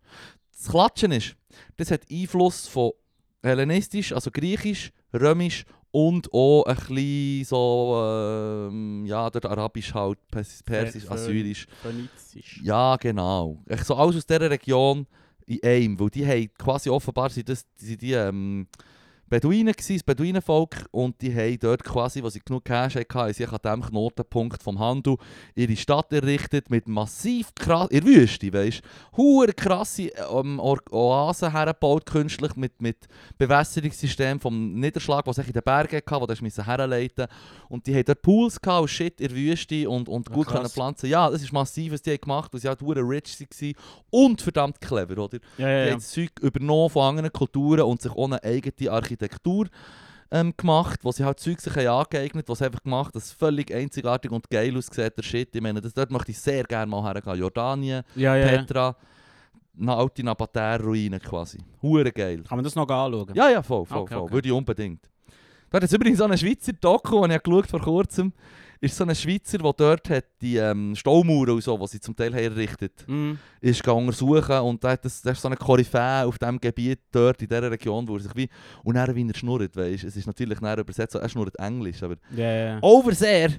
Das Klatschen ist, das hat Einfluss von hellenistisch, also griechisch, römisch und auch ein bisschen so, ähm, ja, dort arabisch halt, pers- persisch,
Fair, fair.
assyrisch.
Phönizisch.
Ja, genau. Echt so alles aus dieser Region in einem, weil die haben quasi offenbar, sind das, sind die ähm, Beduinen gewesen, das Beduinenvolk, und die haben dort quasi, wo sie genug Cash hatten, haben sie an diesem Knotenpunkt vom Handel ihre Stadt errichtet mit massiv krass, in der Wüste, weisst du, hure krasse ähm, Or- Oasen hergebaut, künstlich mit, mit Bewässerungssystem vom Niederschlag, was es in den Bergen hatte, wo du hast müssen herleiten Und die haben dort Pools gehabt und Shit in der Wüste und, und
Ah,
gut
krass.
können pflanzen. Ja, das ist massiv, was die haben gemacht, weil sie halt hure rich waren und verdammt clever, oder?
Ja, ja,
Die
ja.
haben das äh, Zeug übernommen von anderen Kulturen und sich ohne eigene Architektur ähm, gemacht, wo sie halt Zeug sich haben angeeignet, was einfach gemacht, das völlig einzigartig und geil aussieht, der Shit. Ich meine, das, dort möchte ich sehr gerne mal hergehen. Jordanien,
ja, ja, ja.
Petra, eine alte Nabatäer-Ruine quasi. Hure geil.
Kann man das noch anschauen?
Ja, ja, voll, voll,
Okay,
voll.
okay.
Würde ich unbedingt. Da hat jetzt übrigens auch einen Schweizer Doku, den ich habe geschaut vor kurzem ist so ein Schweizer, der dort hat die ähm, Staumauern und so, die sie zum Teil haben errichtet
Mhm.
ist gegangen untersuchen und der, hat das, der ist so eine Koryphäe auf diesem Gebiet dort in dieser Region, wo er sich wie... Und dann, wie er schnurrt, weisst du, es ist natürlich dann übersetzt, so, er schnurrt Englisch, aber...
Ja, ja, ja.
Over there,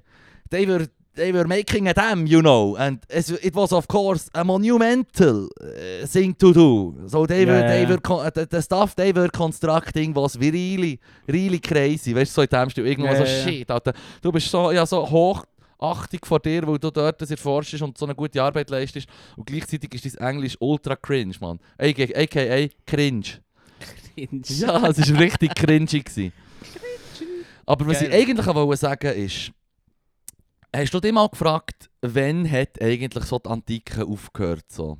they were, they were making a dam, you know, and as- it was of course a monumental uh, thing to do. So they were,
Yeah,
they
yeah.
were con- uh, the, the stuff they were constructing was really, really crazy. Weißt du, so in dem Stil, irgendwo
Yeah,
so,
yeah, yeah.
shit, Alter, du bist so, ja, so hochachtig vor dir, weil du dort das erforschst und so eine gute Arbeit leistest und gleichzeitig ist dein Englisch ultra cringe, Mann. A.k.a. aka cringe. Ja, es war richtig cringy. Gewesen. Aber was
Geil.
ich eigentlich auch wollte sagen ist, hast du dich mal gefragt, wann hat eigentlich so die Antike aufgehört? So?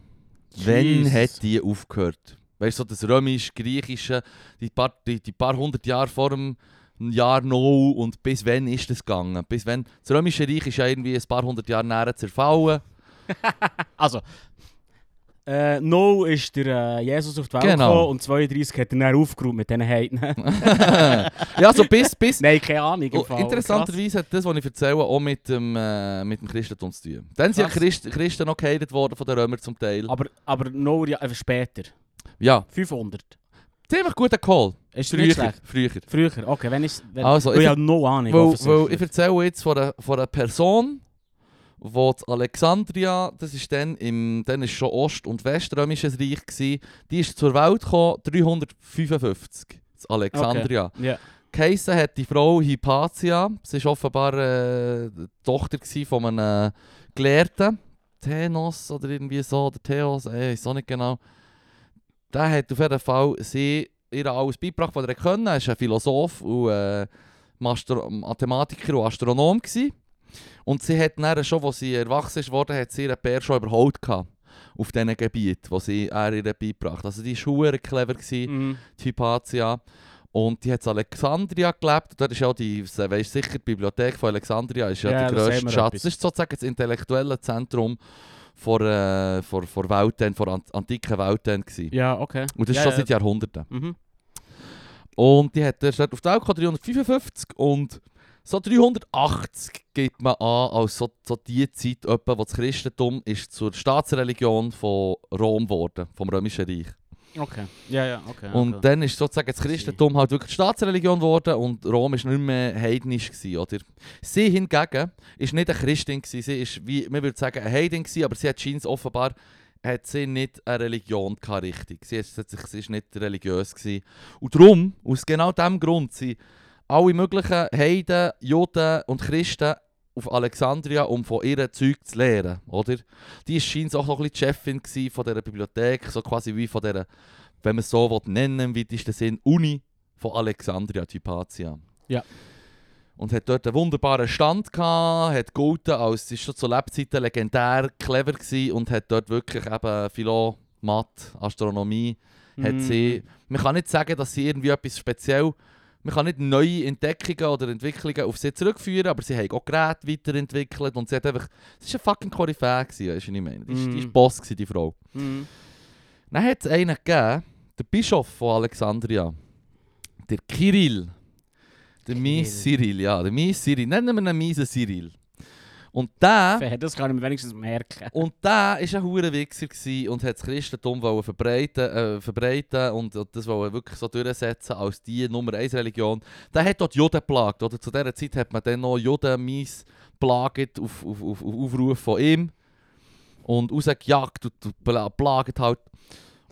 Wann
Jesus.
hat die aufgehört? Weißt du, so das römisch-griechische, die paar, die, die paar hundert Jahre vor dem Jahr Null und bis wann ist das gegangen? Bis wann? Das römische Reich ist ja irgendwie ein paar hundert Jahre näher zerfallen.
Also, äh, no ist der äh, Jesus auf die Welt
Genau.
gekommen und 32 hat er dann aufgeräumt mit diesen Heiden.
ja, so bis, bis,
Nein, keine Ahnung. im
Oh,
Fall. Krass.
interessanterweise hat das, was ich erzähle, auch mit dem, äh, mit dem Christentum zu tun. Dann sind ja
Krass.
Christ, Christen noch gehatet worden von den Römern zum Teil.
Aber, aber no ja, äh, später.
Ja,
500.
ziemlich guter Call.
Ist dir
Früher.
nicht schlecht?
früher.
Früher, okay. Wenn ich, wenn,
Also,
weil
ich-
ich habe no Ahnung.
Weil, weil
offensichtlich.
ich erzähle jetzt von einer, von einer Person, wo die Alexandria, das ist dann, im, dann ist schon Ost- und Weströmisches Reich, gewesen, die ist zur Welt gekommen 355. Das Alexandria.
Ja.
Geheissen hat die Frau Hypatia. Sie war offenbar äh, die Tochter gewesen von einem äh, Gelehrten. Thenos oder irgendwie so, oder Theos, ey, ich weiß auch nicht genau. Der hat auf jeden Fall sie ihr alles beigebracht, was er konnte. Er war ein Philosoph und äh, Mastro- Mathematiker und Astronom. Gewesen. Und sie hat dann schon, als sie erwachsen ist worden, hat sie ihren Bär schon überholt gehabt. Auf diesen Gebiet, wo sie er ihr beigebracht hat. Also die war verdammt clever. Gewesen
Mhm.
die Hypatia. Und die hat in Alexandria gelebt. Und dort ist ja auch die, weißt sicher, die Bibliothek von Alexandria ist ja,
Ja,
der
da sehen
grösste
wir
Schatz.
etwas.
Das ist sozusagen das intellektuelle Zentrum vor, äh, vor, vor Welt, dann, vor an- antiken Welt. dann gewesen.
Ja, okay.
Und das
ja,
ist schon
ja.
seit Jahrhunderten.
Mhm.
Und die hat dort auf der Alka 355 und so 380 gibt man an, als so, so die Zeit, etwa, wo das Christentum ist zur Staatsreligion von Rom wurde, vom Römischen Reich.
Okay. Ja, ja, okay.
Und
okay.
dann ist sozusagen das Christentum halt wirklich die Staatsreligion geworden und Rom war nicht mehr heidnisch, gewesen, oder? Sie hingegen war nicht eine Christin, gewesen, sie ist, wie man würde sagen, eine Heidin, gewesen, aber sie hat scheint offenbar hat sie nicht eine Religion gehabt, richtig. Sie, hat, sie, hat sich- sie ist nicht religiös. Gewesen. Und darum, aus genau diesem Grund, sind alle möglichen Heiden, Juden und Christen auf Alexandria, um von ihren Zeug zu lernen, oder? Die war scheint auch noch ein bisschen die Chefin gewesen von dieser Bibliothek, so quasi wie von dieser wenn man es so will, nennen will, ist das in Uni von Alexandria Hypatia.
Ja.
Und hat dort einen wunderbaren Stand gehabt, hat gelten als, ist schon zu Lebzeiten legendär, clever gewesen und hat dort wirklich eben Philo, Math, Astronomie, hat
Mhm.
sie, man kann nicht sagen, dass sie irgendwie etwas speziell, man kann nicht neue Entdeckungen oder Entwicklungen auf sie zurückführen, aber sie haben auch Geräte weiterentwickelt und sie hat einfach, es war eine fucking Koryphäe, gewesen, weißt du, was ich meine? Die war- Die
Mhm.
war Boss, gewesen, die Frau.
Mhm.
Dann hat es einen gegeben, der Bischof von Alexandria, der Kirill. Der mies Cyril, ja, der mies Cyril. Nennen wir ihn miesen Cyril. Und der...
Fair, das kann ich mir wenigstens merken.
Und der war ein Hurenwichser gewesen und hat das Christentum wollen verbreiten, äh, verbreiten und, und das wollen wirklich so durchsetzen als die Nummer 1 Religion. Der hat dort Juden geplagt. Oder? Zu dieser Zeit hat man dann noch Juden mies geplagt auf, auf, auf, auf Aufruf von ihm und rausgejagt und und pla- geplagt halt.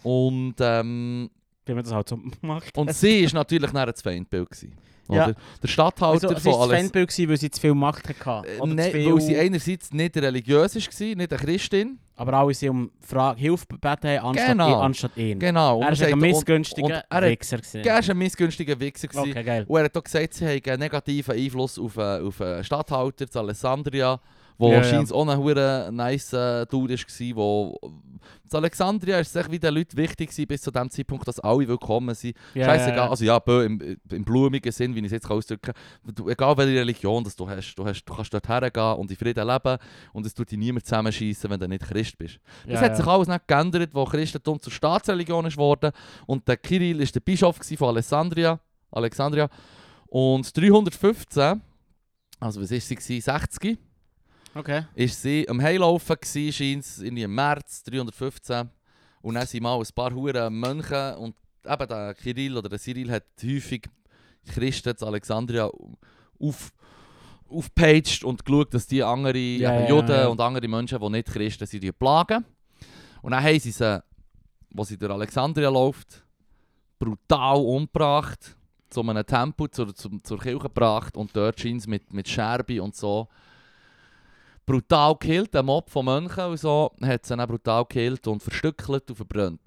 Und, ähm,
Wie man das halt so macht.
und sie war natürlich nachher das Feindbild. Gewesen,
Ja.
oder? Der Stadthalter
Also, es
von
war das
alles.
Fanbild, gewesen, weil sie zu viel Macht hatte.
Äh,
Oder
Nein,
zu viel,
weil sie einerseits nicht religiös war, nicht eine Christin.
aber alle sie um Frage, Hilfe gebeten haben, anstatt,
Genau.
ihn, anstatt ihn.
Genau.
Er
und
war ein
sagt- und- und
missgünstiger
er hat-
Wichser. gewesen.
Er war ein missgünstiger Wichser. gewesen.
Okay, geil.
Und er hat auch gesagt, sie haben einen negativen Einfluss auf, äh, auf einen Statthalter zu Alexandria, wo
Ja, ja.
scheinbar auch ein hure nice äh, Dude war. Wo, zu Alexandria war es echt wie den Leuten wichtig gewesen, bis zu dem Zeitpunkt, dass alle willkommen sind.
Ja,
Scheißegal,
ja, ja.
also ja, bö, im, im blumigen Sinn, wie ich es jetzt kann ausdrücken kann. Egal welche Religion das du hast, du, hast, du kannst dort hergehen und in Frieden leben und es tut dich niemand zusammenschießen, wenn du nicht Christ bist. Das
Ja,
hat
ja.
sich alles nicht geändert, wo Christentum zur Staatsreligion ist worden und der Kirill ist der Bischof gsi von Alexandria, Alexandria. Und 315 äh, also was war sie? gewesen? 60?
Okay.
Ist sie am Heilaufen gsi, scheint in im März 315. Und dann sind mal ein paar hure Mönche und eben der Kirill oder der Cyril hat häufig Christen zu Alexandria auf aufpeitscht und geschaut, dass die andere
Ja,
eben
ja,
Juden
ja.
und andere Menschen, die nicht Christen sind, die plagen. Und dann haben sie sie, als sie durch Alexandria läuft, brutal umgebracht, zu einem Tempel, zur, zum- zur Kirche gebracht und dort scheint sie mit, mit Scherbe und so brutal gekillt, ein Mob von Mönchen und so, hat sie dann brutal gekillt und verstückelt und verbrannt.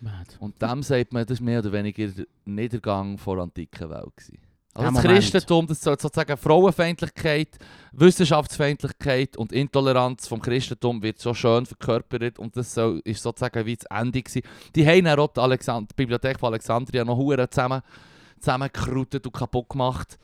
Mad.
Und dem sagt man, das war mehr oder weniger der Niedergang vor antiken Welt. Gewesen.
Ja,
Also das
Moment.
Christentum, das soll sozusagen Frauenfeindlichkeit, Wissenschaftsfeindlichkeit und Intoleranz vom Christentum wird so schön verkörpert und das soll, ist sozusagen wie das Ende gewesen. Die haben dann auch die, Alexand die Bibliothek von Alexandria noch hure zusammen zusammengekrautet und kaputt gemacht.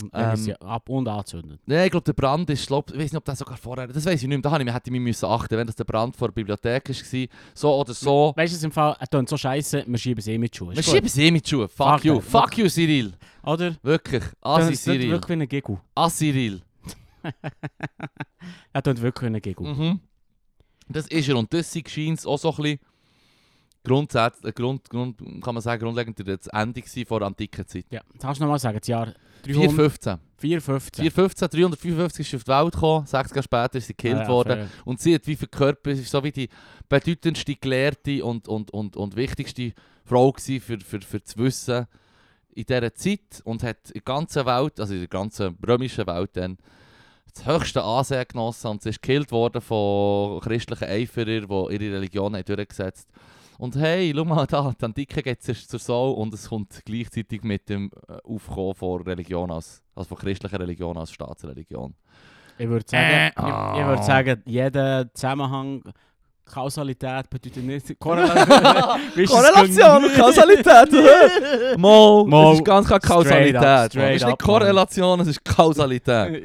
Und dann
Ähm.
ist sie ab und angezündet.
Nein, ich glaube, der Brand ist, glaub, ich weiß nicht, ob das sogar vorher, das weiß ich nicht mehr, da habe ich mich- hätte ich mich müssen achten wenn das der Brand vor der Bibliothek war, so oder so.
Weißt du, es im Fall, es tönt so scheiße, wir schieben sie eh mit Schuhen.
Oh. Wir
Ist gut.
schieben sie eh mit die Schuhe. Fuck,
Fuck
you.
that.
Fuck you, Cyril.
Oder?
Wirklich.
Tönt
Assi
es nicht
Cyril.
wirklich wie ein Giggle.
Assi Cyril.
Er tönt wirklich wie ein Giggle.
Mhm. Das ist er. Und das scheint auch so ein bisschen grundsätzlich, Grund, Grund, kann man sagen, grundlegend das Ende gewesen vor der antiken Zeit.
Ja, das kannst du nochmal sagen, das Jahr 300
415.
415.
415, 355 ist sie auf die Welt gekommen, 60 Jahre später ist sie gekillt
Ah ja,
worden.
fair.
Und sie hat wie verkörpert, sie ist so wie die bedeutendste, gelehrte und, und, und, und wichtigste Frau gewesen für, für, für das Wissen in dieser Zeit und hat in der ganzen Welt, also in der ganzen römischen Welt dann, das höchste Ansehen genossen und sie ist gekillt worden von christlichen Eiferern, die ihre Religion haben durchgesetzt Und hey, schau mal da, die Antike geht zuerst zur Sau und es kommt gleichzeitig mit dem äh, Aufkommen von Religion als, also von christlicher Religion als Staatsreligion.
Ich würde sagen,
Äh,
ich, ich
ah.
würd sagen, jeder Zusammenhang, Kausalität bedeutet nicht Korrelation.
Kausalität. Mal,
Mal.
es ist ganz keine
Straight
Kausalität.
up,
Mann.
straight
es ist nicht
up, Mann.
Korrelation, es ist Kausalität.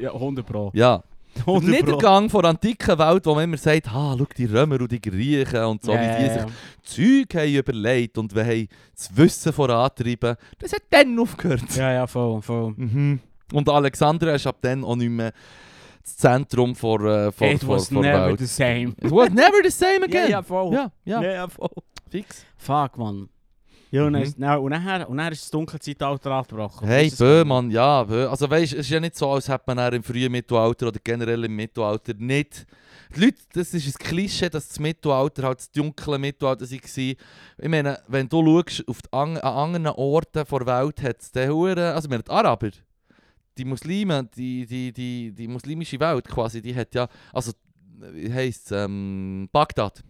ja, 100 Pro.
Ja. Der
100
Niedergang von der antiken Welt, wo man immer sagt, ah, schau die Römer und die Griechen und so,
Ja,
wie die
ja, ja.
sich Zeug haben überlegt und wir haben das Wissen vorantrieben, das hat dann aufgehört.
Ja, ja, voll, voll.
Mhm. Und Alexandria ist ab dann auch nicht mehr das Zentrum vor, äh, vor,
It
vor,
was
vor
never
Welt.
the same.
It was never the same
Ja,
again.
ja, voll.
ja, ja.
ja, voll.
fix.
Fuck, man. Ja, und,
Mhm.
dann ist, na, und, nachher, und nachher ist das dunkle Zeitalter angebrochen.
Hey,
Ist es-
bö, Mann, ja. Bö. Also weißt, es ist ja nicht so, als hätte man dann im frühen Mittelalter oder generell im Mittelalter nicht... Die Leute, das ist ein Klischee, dass das Mittelalter halt das dunkle Mittelalter war. Ich meine, wenn du schaust, auf die an, an anderen Orten der Welt hat es den Huren... Also wir haben die Araber, die Muslime, die, die, die, die muslimische Welt quasi, die hat ja... Also, wie heisst es? Ähm, Bagdad.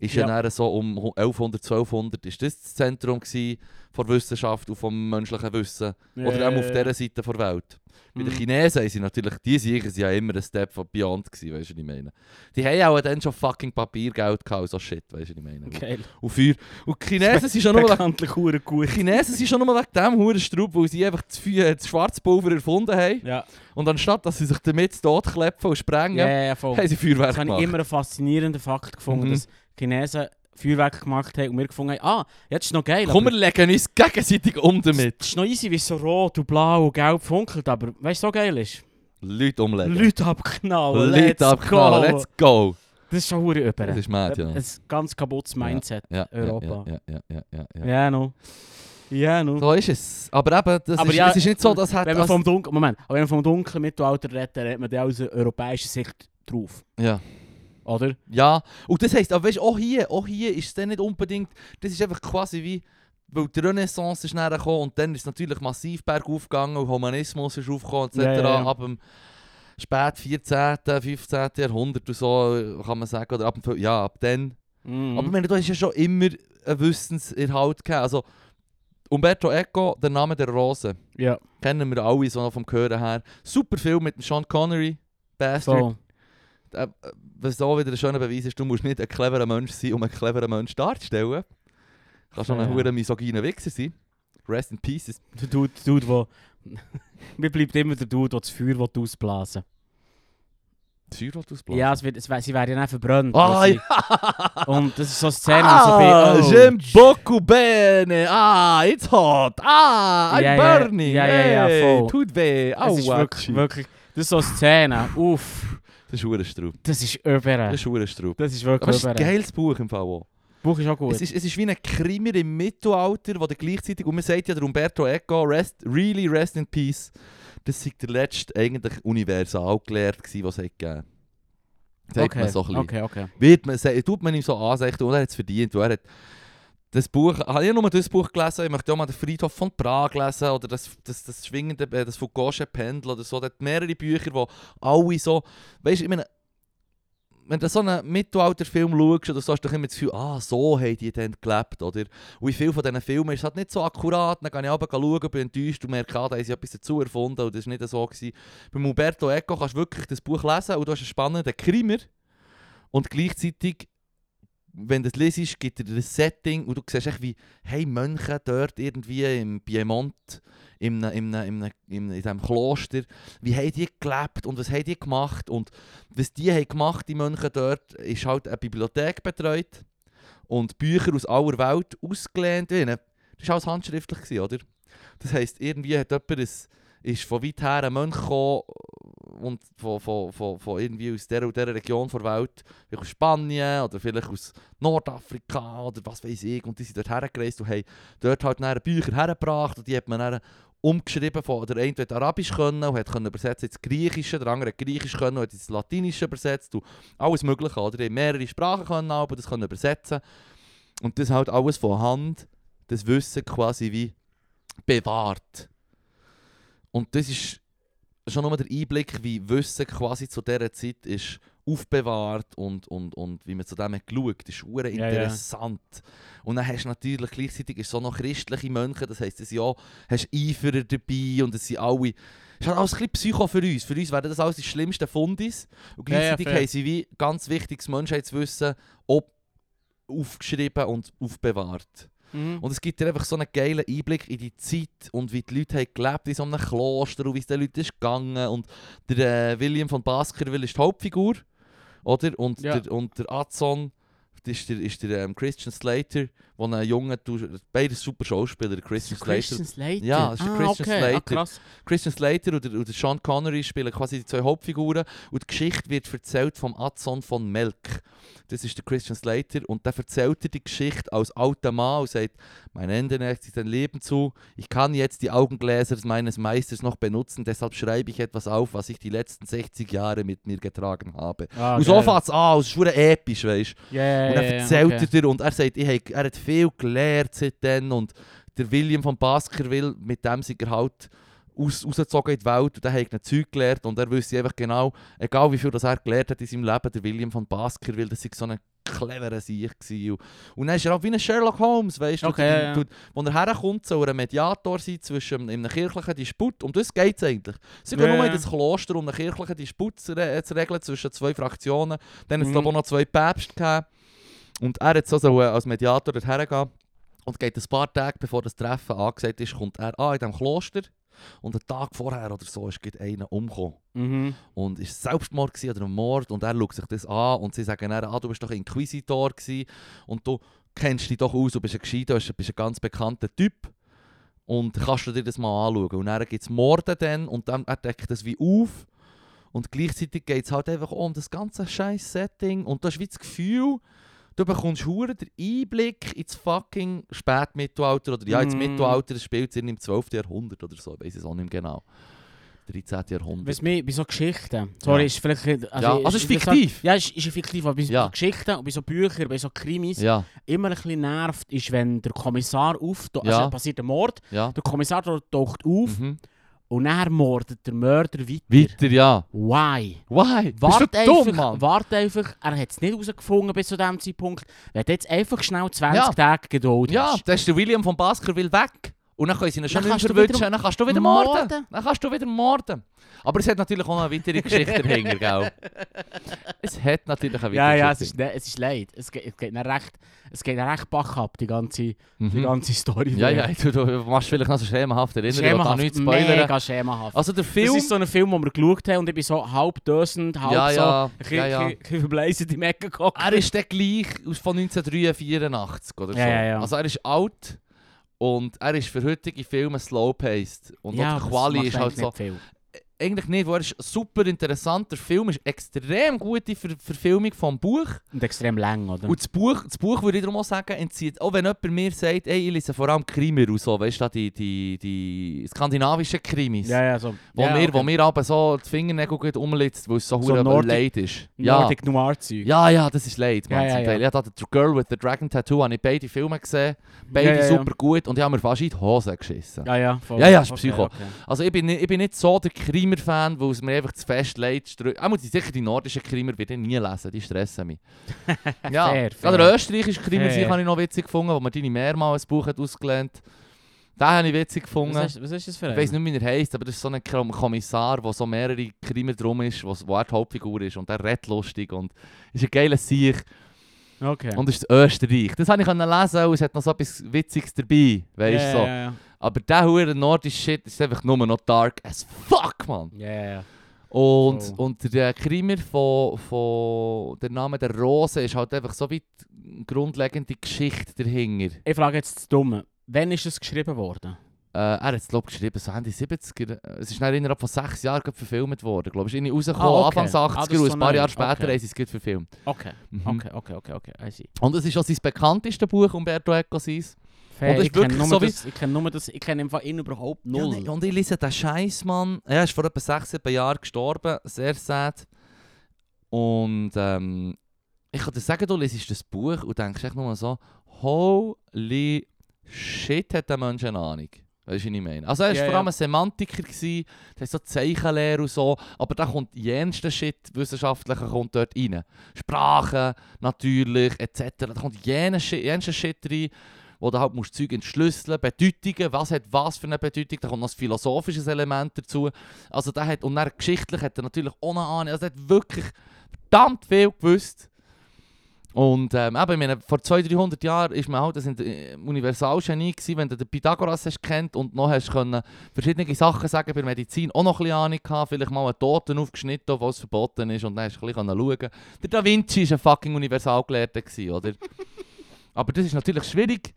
Ist ja,
Ja.
dann so um 1100, 1200 ist das das Zentrum gewesen von Wissenschaft und vom menschlichen Wissen.
Ja,
Oder auch
ja,
auf
ja.
dieser Seite der Welt. Bei den
Mhm.
Chinesen sind sie natürlich, die Sieger sind ja immer ein Step von Beyond gewesen, weißt du, was ich meine. Die haben auch dann schon fucking Papiergeld gehabt und so shit, weißt du, was ich meine.
Geil.
Und Feuer. Und die Chinesen sind schon nur wegen,
Bekanntlich hure
die
gut.
Chinesen sind schon nur wegen dem Hurenstraub, weil sie einfach das, Feuer, das Schwarzpulver erfunden haben.
Ja,
Und anstatt, dass sie sich damit zu Tod klepfen und sprengen,
ja, ja, ja voll.
haben sie Feuerwerk
Das habe
gemacht.
ich immer einen faszinierenden Fakt gefunden,
Mhm.
dass Chinesen Feuerwerk gemacht haben und wir gefunden haben, ah, jetzt ist noch geil.
Komm, wir
aber
legen uns gegenseitig um damit.
es ist noch easy, wie es so rot und blau und gelb funkelt, aber weißt du, so geil ist?
Leute umlegen.
Leute abknallen, let's
Leute abknallen,
go.
let's go.
Das ist schon hure
Das
über.
ist mad, ja.
Ein ganz kaputtes Mindset.
ja, ja,
Europa.
Ja, ja, ja, ja, ja,
Ja,
ja.
no. Ja, no.
So ist es. Aber eben, das
Aber
ist,
ja,
es ist nicht so, dass hat
Wenn man vom dunklen, Moment, aber wenn man vom dunklen Mittelalter redet, dann redet man da aus einer europäischen Sicht drauf,
ja.
oder?
ja, und das heisst, aber weißt, auch hier, auch hier ist es dann nicht unbedingt, das ist einfach quasi wie, weil die Renaissance ist näher gekommen und dann ist es natürlich massiv bergauf gegangen und Humanismus ist aufgekommen etc.
Ja, ja, ja.
Ab dem spät 14., 15. Jahrhundert und so kann man sagen, oder ab dem, ja, ab dann
Mhm.
Aber ich meine, du hast ja schon immer einen Wissensinhalt gehabt. Also, Umberto Eco, der Name der Rose,
ja,
kennen wir alle so noch vom Hören her. Super Film mit dem Sean Connery, Bastard.
so.
Äh, äh, Was auch wieder ein schöner Beweis ist, du musst nicht ein cleverer Mensch sein, um einen cleveren Mensch darzustellen. Du kannst schon ein
Ja.
hoher misogyner Wichser sein. Rest in Pieces.
Der Dude, der Dude, wo... Mir bleibt immer der Dude, der das Feuer will ausblasen
Säure ausblasen.
Ja, es wird, es, wär- sie werden ja dann verbrannt.
Ah,
weil sie- Und das ist so eine Szene, wo so
j'aime beaucoup bene. Ah, it's hot. Ah, I'm
Ja, ja,
burning.
ja, ja, ja,
Hey,
voll.
Tut weh. Au,
es ist wirklich,
watschi.
wirklich, das ist so eine Szene, uff,
Das ist Uhrenstraub.
das ist über.
Das ist Uhrenstraub.
Das ist
Aber es
wirklich
ist ein
über.
geiles Buch im Fall auch.
Buch ist auch
Es
gut.
ist, es ist wie ein Krimi im Mittelalter, wo der gleichzeitig, und man sagt ja, der Umberto Eco, rest, really rest in peace, das sei der letzte eigentlich universal gelehrt gewesen, was es hat gegeben Sagt
okay.
man so ein bisschen.
okay, okay.
Wird man, sagt- tut man ihm so ansichten und er hat es verdient. Und er hat das Buch, habe ich nur das Buch gelesen, ich möchte auch mal den Friedhof von Prag lesen oder das, das, das schwingende, äh, das Foucault'sche Pendel oder so. Da hat mehrere Bücher, wo alle so, weißt du, ich meine, wenn du so einen Mittelalterfilm schaust oder so, hast du doch immer das Gefühl, ah, so haben die dann gelebt, oder? Und in vielen von diesen Filmen ist es halt nicht so akkurat, dann kann ich runter schauen, bin enttäuscht und merke, ah, da haben sie etwas dazu erfunden und das war nicht so. Gewesen. Beim Umberto Eco kannst du wirklich das Buch lesen und du hast einen spannenden Krimer und gleichzeitig, wenn du das liest, gibt dir das Setting und du siehst echt wie, hey, Mönche dort irgendwie im Piemont, in, ne- in, ne- in, ne- in, in diesem Kloster, wie haben die gelebt und was haben die gemacht und was die haben gemacht, die Mönche dort, ist halt eine Bibliothek betreut und Bücher aus aller Welt ausgelehnt. Wie eine- Das war alles handschriftlich, gewesen, oder? Das heisst, irgendwie hat jemand ein, ist von weit her ein Mönch gekommen und von, von, von, von irgendwie aus dieser und dieser Region der Welt, vielleicht aus Spanien oder vielleicht aus Nordafrika oder was weiß ich, und die sind dort hergereist und haben dort halt dann Bücher hergebracht und die hat man dann umgeschrieben von, der eine hat Arabisch können und hat können übersetzen ins Griechische, der andere hat Griechisch können und hat ins Latinische übersetzt und alles mögliche, oder? Die haben mehrere Sprachen können, aber das können übersetzen und das halt alles von Hand, das Wissen quasi wie bewahrt. Und das ist schon nur der Einblick, wie Wissen quasi zu dieser Zeit ist aufbewahrt und, und, und wie man zu dem hat geschaut, das ist hure
Ja, ja.
interessant. Und dann hast du natürlich gleichzeitig ist so noch christliche Mönche, das heisst, es sind auch hast Eiferer dabei und es sind alle. Es ist halt alles ein bisschen Psycho für uns. Für uns wären das alles die schlimmsten Fundis. Und
Ja, ja,
gleichzeitig
fair.
haben sie wie ganz wichtiges Menschheitswissen ob aufgeschrieben und aufbewahrt.
Mhm.
Und es gibt dir einfach so einen geilen Einblick in die Zeit und wie die Leute haben gelebt in so einem Kloster und wie es den Leuten ist gegangen. Und der äh, William von Baskerville ist die Hauptfigur, oder? Und,
Ja.
der, und der Adson ist der, ist der ähm, Christian Slater, wo ein junger, beide super Schauspieler, der Christian Slater
Christian Slater.
Ja, es ist der Christian
okay. Ah,
Slater.
krass.
Christian Slater und, der- und der Sean Connery spielen quasi die zwei Hauptfiguren und die Geschichte wird erzählt vom Adson von Melk. Das ist der Christian Slater und der erzählt dir die Geschichte als alter Mann und sagt, mein Ende neigt sich dein Leben zu, ich kann jetzt die Augengläser meines Meisters noch benutzen, deshalb schreibe ich etwas auf, was ich die letzten 60 Jahre mit mir getragen habe.
Ah,
und so
geil.
fängt es an, es ist verdammt episch, weißt
Ja, ja,
und
ja,
er
ja,
erzählt
okay.
dir und er sagt, ich hab, er hat viel gelernt seitdem und der William von Baskerville, mit dem sind er halt aus, rausgezogen in die Welt und er hat ein Zeug gelernt und er wüsste einfach genau, egal wie viel das er gelernt hat in seinem Leben, der William von Baskerville, das war so ein cleverer Sieg. gewesen. Und- Und dann ist er auch wie ein Sherlock Holmes, weißt du,
Okay, ja,
der-
ja.
der- wo er herkommt, soll er ein Mediator sein zwischen einem- einem kirchlichen Disput, um das geht es eigentlich. Sie gehen
Ja,
nur
ja.
in das Kloster, um einen kirchlichen Disput zu, re zu regeln zwischen zwei Fraktionen. Dann hat es
Mhm.
glaub ich, auch noch zwei Päpste gegeben. Und er hat so sollen als Mediator dorthin gehen. Und geht ein paar Tage bevor das Treffen angesagt ist, kommt er an in diesem Kloster. Und einen Tag vorher oder so ist gerade einer umgekommen.
Mhm.
Und ist Selbstmord gewesen oder ein Mord. Und er schaut sich das an und sie sagen dann, ah, du bist doch Inquisitor gewesen. Und du kennst dich doch aus, du bist ein gescheiter, du bist ein ganz bekannter Typ. Und kannst du dir das mal anschauen. Und dann gibt es Morde dann und dann er deckt das wie auf. Und gleichzeitig geht es halt einfach auch um das ganze scheiß Setting. Und das ist wie das Gefühl, du bekommst hure den Einblick ins fucking Spätmittelalter oder ja, ins
Mm.
Mittelalter, das spielt sich im 12. Jahrhundert oder so, ich weiß es auch nicht mehr genau. 13. Jahrhundert.
Was mich bei so Geschichten, sorry,
Ja.
ist vielleicht... Also,
ja, also es ist
das-
fiktiv.
Ja, ist, ist fiktiv, aber bei so
Ja.
Geschichten und bei so Büchern, bei so Krimis,
Ja,
immer ein bisschen nervt, ist, wenn der Kommissar auftaucht,
Ja.
also passiert ein Mord,
ja.
der Kommissar taucht auf
Mhm.
und dann mordet der Mörder weiter.
Weiter, ja.
Why?
Why? Bist
Wart
du dumm,
einfach,
Mann?
wart einfach, er hat es nicht herausgefunden bis zu diesem Zeitpunkt. Er hat jetzt einfach schnell 20
Ja.
Tage Geduld.
Ja,
hast.
da ist der William von Baskerville weg. Und dann können sie ihn
Dann
schon nicht
kannst du
verwünschen.
wieder
Dann kannst du wieder morden.
morden.
Dann kannst du wieder morden. Aber es hat natürlich auch noch eine weitere Geschichte dahinter, gell? Es hat natürlich eine weitere
Ja, ja, es
Geschichte.
ist, ne- es ist leid. Es geht, es geht ihnen recht, es geht ihnen recht bach ab, die ganze, die
Mhm.
ganze Story.
Ja, ja, du, du machst vielleicht noch so schemenhaft erinnern. Ich will da nichts spoilern.
mega schemenhaft.
Also der
das
Film...
ist so ein Film, den wir geschaut haben und ich bin so halb dösend, halb
ja,
so
ja,
ein bisschen,
ja, ja.
bisschen- bisschen verbleisend im Ecken gekocht.
Er ist der gleich aus von 1983 oder so.
Ja, ja, ja.
Also er ist alt und er ist für heutige Filme slow-paced. Und
ja,
auch die
das
Quali
macht
ist halt
eigentlich
so...
nicht viel.
Eigentlich nicht, wo er ist super interessant. Der Film ist extrem gute Ver Verfilmung vom Buch.
Und extrem lang, oder?
Und das Buch, das Buch würde ich darum auch sagen, entzieht, auch wenn jemand mir sagt, ey, ich lese vor allem Krimi und so, weißt du, da die, die, die skandinavischen Krimis,
ja, ja, so.
wo,
ja,
mir,
okay.
wo mir aber so die Fingernägel gut umlitzt, weil es so,
So
so
Nordic-
leid ist. Ja.
Nordic Noir-Zeug.
ja, ja, das ist leid, Mann,
Ja, ja,
zum
ja.
Teil. Ja, da, The Girl with the Dragon Tattoo habe ich beide Filme gesehen, beide
Ja, ja, ja.
super gut und ich habe mir fast in die Hose geschissen.
ja, ja, voll.
Ja, ja, ist
Okay,
Psycho.
okay.
Also ich bin, nicht- ich bin nicht so der Krimer-Fan, weil es mir einfach zu fest leid strömt. Auch muss ich sicher die nordischen Krimer wieder eh nie lesen, die stressen mich. ja,
Fair,
gerade
fair.
der österreichische Krimer
Fair.
habe ich noch witzig gefunden, wo man deine mehrmals ein Buch hat ausgelehnt. Den habe ich witzig gefunden.
Was ist, was ist das für
ich
ein?
weiß nicht, wie er heisst, aber das ist so ein Kom- Kommissar, wo so mehrere Krimer drum ist, wo, wo er die Hauptfigur ist und der redet lustig und ist ein geiler Sieg
Okay.
und ist aus Österreich. Das habe ich können lesen und es hat noch so etwas Witziges dabei, weißt du
ja,
so.
Ja, ja.
Aber der hure nordische Shit ist einfach nur noch dark as fuck, man.
Ja, ja, ja.
Und,
Voll.
und der Krimer von, von der Name der Rose ist halt einfach so wie die grundlegende Geschichte dahinter.
Ich frage jetzt das Dumme. Wann ist es geschrieben worden?
Äh, er hat es glaub ich, geschrieben, so Ende 70er. Äh, Es ist dann innerhalb von sechs Jahren gerade verfilmt worden, glaube ich. Ist irgendwie rausgekommen,
Ah, okay.
Anfangs
Ah,
80er
das ist
und
so
ein paar
neu.
Jahre später
Okay.
haben sie es gut verfilmt.
Okay,
Mhm.
okay, okay, okay, okay. I see.
Und es ist auch sein bekanntestes Buch, Umberto Eco seins.
Fair.
Und es
ich kenne
wirklich
nur,
so wie-
das- ich kenn nur das, ich kenne im Fall ihn überhaupt
Ja,
null.
nee, und ich lese den Scheiß, Mann. Er ist vor etwa 6, 7 Jahren gestorben. Sehr sad. Und ähm, ich kann dir sagen, du liest das Buch und denkst echt nur so, holy shit, hat der Mensch eine Ahnung. Weißt du, was ich meine? Also er war
Ja,
vor
ja.
allem ein Semantiker, gewesen, der hat so Zeichenlehre und so, aber da kommt jenster Shit, wissenschaftlicher kommt dort rein. Sprache, natürlich, etc. Da kommt jener Shit, jenster Shit rein wo du halt musst Zeug entschlüsseln, Bedeutungen, was hat was für eine Bedeutung, da kommt noch ein philosophisches Element dazu. Also der hat, und dann geschichtlich hat er natürlich auch noch Ahnung, also der hat wirklich verdammt viel gewusst. Und ähm, eben, ich meine, vor 200, 300 Jahren ist man halt ein Universalgenie gewesen, wenn du den Pythagoras hast kennt und noch hast können verschiedene Sachen sagen, bei Medizin auch noch ein bisschen Ahnung gehabt, vielleicht mal einen Toten aufgeschnitten, was verboten ist und dann hast du ein bisschen schauen können. Der Da Vinci war ein fucking Universalgelehrter, gewesen, oder? Aber das ist natürlich schwierig,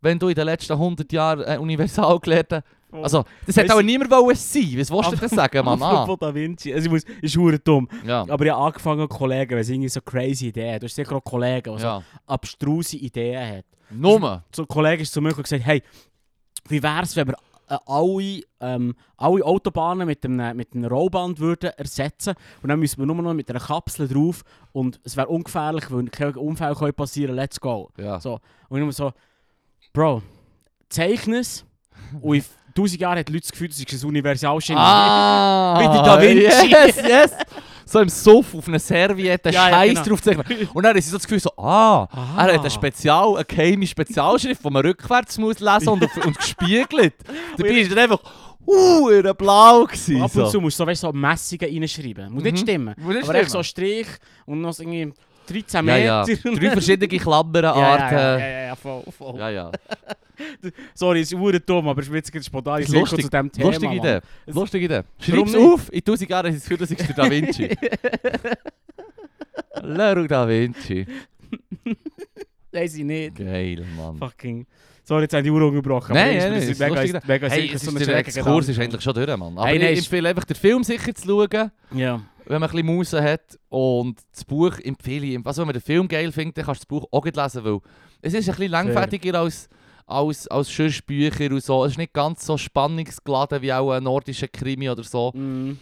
wenn du in den letzten 100 Jahren äh, Universalgelehrter... Also, das hätte
Oh. Weiss-
auch niemand wollen sein, was willst du
Aber-
denn sagen, Mama?
Apropos Da Vinci. Also ich muss, ist hure dumm.
Ja,
Aber ich habe angefangen Kollegen, weil es irgendwie so crazy Dus Ideen. Du hast sicher auch Kollegen, die so
ja.
abstruse Ideen hat.
Nummer.
So ein Kollege ist zu mir gekommen und gesagt, hey, wie wäre es, wenn wir äh, alle, ähm, alle Autobahnen mit einem, mit einem Rollband würden ersetzen und dann müssen wir nur noch mit einer Kapsel drauf und es wäre ungefährlich, weil kein Unfall kann passieren, let's go.
Ja.
So, und ich nur so, Bro, zeichne es und in 1000 Jahren hat die Leute das Gefühl, das ist ein Universalgenie.
Ah,
Bitte Da Vinci.
Yes, yes. So im Sofa auf einer Serviette
Ja, ja,
Scheiß
genau.
drauf zeichnen. Und dann ist so das Gefühl so, ah,
Ah.
er hat eine, Spezial, eine geheime Spezialschrift, die man rückwärts muss lesen und, auf- und gespiegelt. Dabei ist er einfach, uh, er blau gewesen.
Ab und
so.
zu musst du so, weißt, so Messungen reinschreiben. Muss nicht
Mhm.
stimmen.
Muss nicht
aber echt so
stimmen.
einen Strich und noch so irgendwie 13
Ja,
Meter.
ja. Drei verschiedene
ja,
Klammernarten.
ja, ja, ja, ja, voll, voll.
ja, ja.
Sorry, es ist hure dumm, aber ich bin jetzt gerade spontan
Das
ich
ist
sehe gerade zu
lustig,
diesem Thema.
lustige
Mann.
Idee. Lustige Idee.
Warum
Schreib's
nicht?
auf, in 1000 Jahren ist es gut, dass ich es für Da Vinci. Lero Da Vinci.
Weiß ich nicht.
Geil, Mann.
Fucking. Sorry, jetzt habe ich die Uhr umgebrochen. aber
Nein,
ist mir
nein,
das
nein, ist
mega,
lustig.
mega
Hey,
sicher
es
so
ist
ein
der
schräger
Exkurs ist
Gedanke.
eigentlich schon durch, Mann. Aber
Hey, nein,
ich
ist-
empfehle einfach, den Film sicher zu schauen,
Ja.
wenn man ein bisschen Mausen hat. Und das Buch empfehle ich. Also, wenn man den Film geil findet, dann kannst du das Buch auch gleich lesen, weil es ist ein bisschen langfertiger als, als, als sonst Bücher und so. Es ist nicht ganz so spannungsgeladen wie auch ein nordischer Krimi oder so.
Mhm.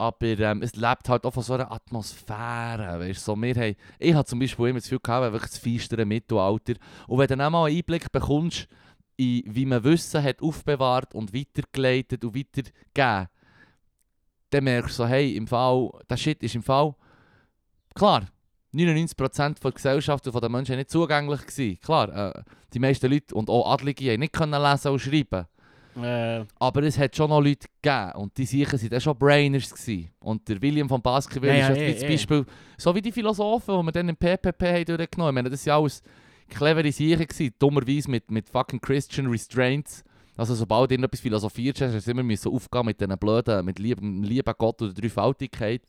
Aber ähm, es lebt halt auch von so einer Atmosphäre. Weißt? So, wir haben, ich habe zum Beispiel immer das Gefühl gehabt, wir haben wirklich das feistere Mittelalter. Und wenn du dann auch mal einen Einblick bekommst, in, wie man Wissen hat aufbewahrt und weitergeleitet und weitergegeben, dann merkst du so, hey, im Fall, der Shit ist im Fall. Klar, 99% der Gesellschaft und der Menschen nicht zugänglich gewesen. Klar, äh, die meisten Leute und auch Adlige haben nicht können lesen und schreiben.
Äh,
Aber es hat schon noch Leute gegeben und die sicher waren dann schon Brainers. Gewesen. Und der William von Baskerville
Ja, ja,
ist
eh,
ja,
eh.
zum Beispiel, so wie die Philosophen, die wir dann im PPP haben durchgenommen haben, Ich meine, das waren ja alles clevere Sachen, gewesen, dummerweise mit, mit fucking Christian Restraints. Also sobald du irgendetwas philosophiert hast, hast du immer müssen aufgehen mit diesen blöden, mit lieben, lieben Gott oder der Dreifaltigkeit.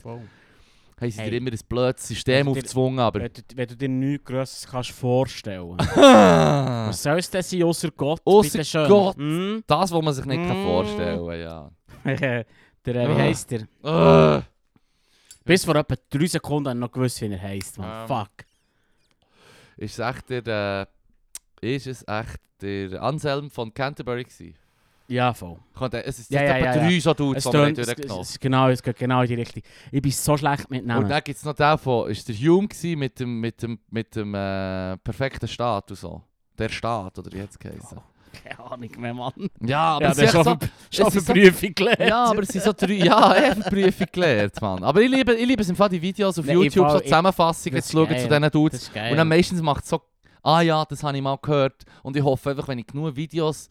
Haben sie
Hey.
dir immer ein blödes System
Also dir-
aufgezwungen, aber...
wenn, du, wenn du dir nichts Grösseres kannst vorstellen kannst.
Ah.
Was soll es denn sein, außer Gott?
Ausser
bitteschön?
Gott.
Hm?
Das, was man sich nicht
Mm.
kann vorstellen kann, ja.
der, äh, wie
Ah.
heisst der?
Ah.
Bis vor etwa drei Sekunden habe ich noch gewusst, wie er heisst, man.
Ähm.
Fuck.
Ist es echt der... Äh, ist es echt der Anselm von Canterbury gewesen?
Ja, voll.
Könnte- Es ist
Ja, ja,
etwa
ja,
drei so Dudes,
Es,
die wir haben
tönt, es, es,
durchgenommen
es, genau, es geht genau in die Richtung. Ich bin so schlecht mit
Und
Namen.
dann gibt es noch den von... Ist der Hume gewesen mit dem, mit dem, mit dem äh, perfekten Staat und so? Der Staat, oder wie hat es geheißen?
Keine Ahnung mehr, Mann.
Ja, aber
Ja,
es
der
ist echt
ist
so...
auf- Schon
es
für
ist so-
Prüfung gelernt.
Ja, aber es sind so drei... Ja, ich habe Prüfung gelernt, Mann. Aber ich liebe, ich liebe es im Fall die Videos auf
Nein, im
YouTube,
Fall,
so
ich-
Zusammenfassungen
das
zu schauen
ist
zu
geil.
diesen Dudes.
Das ist geil.
Und dann meistens macht es so, ah ja, das habe ich mal gehört. Und ich hoffe einfach, wenn ich genug Videos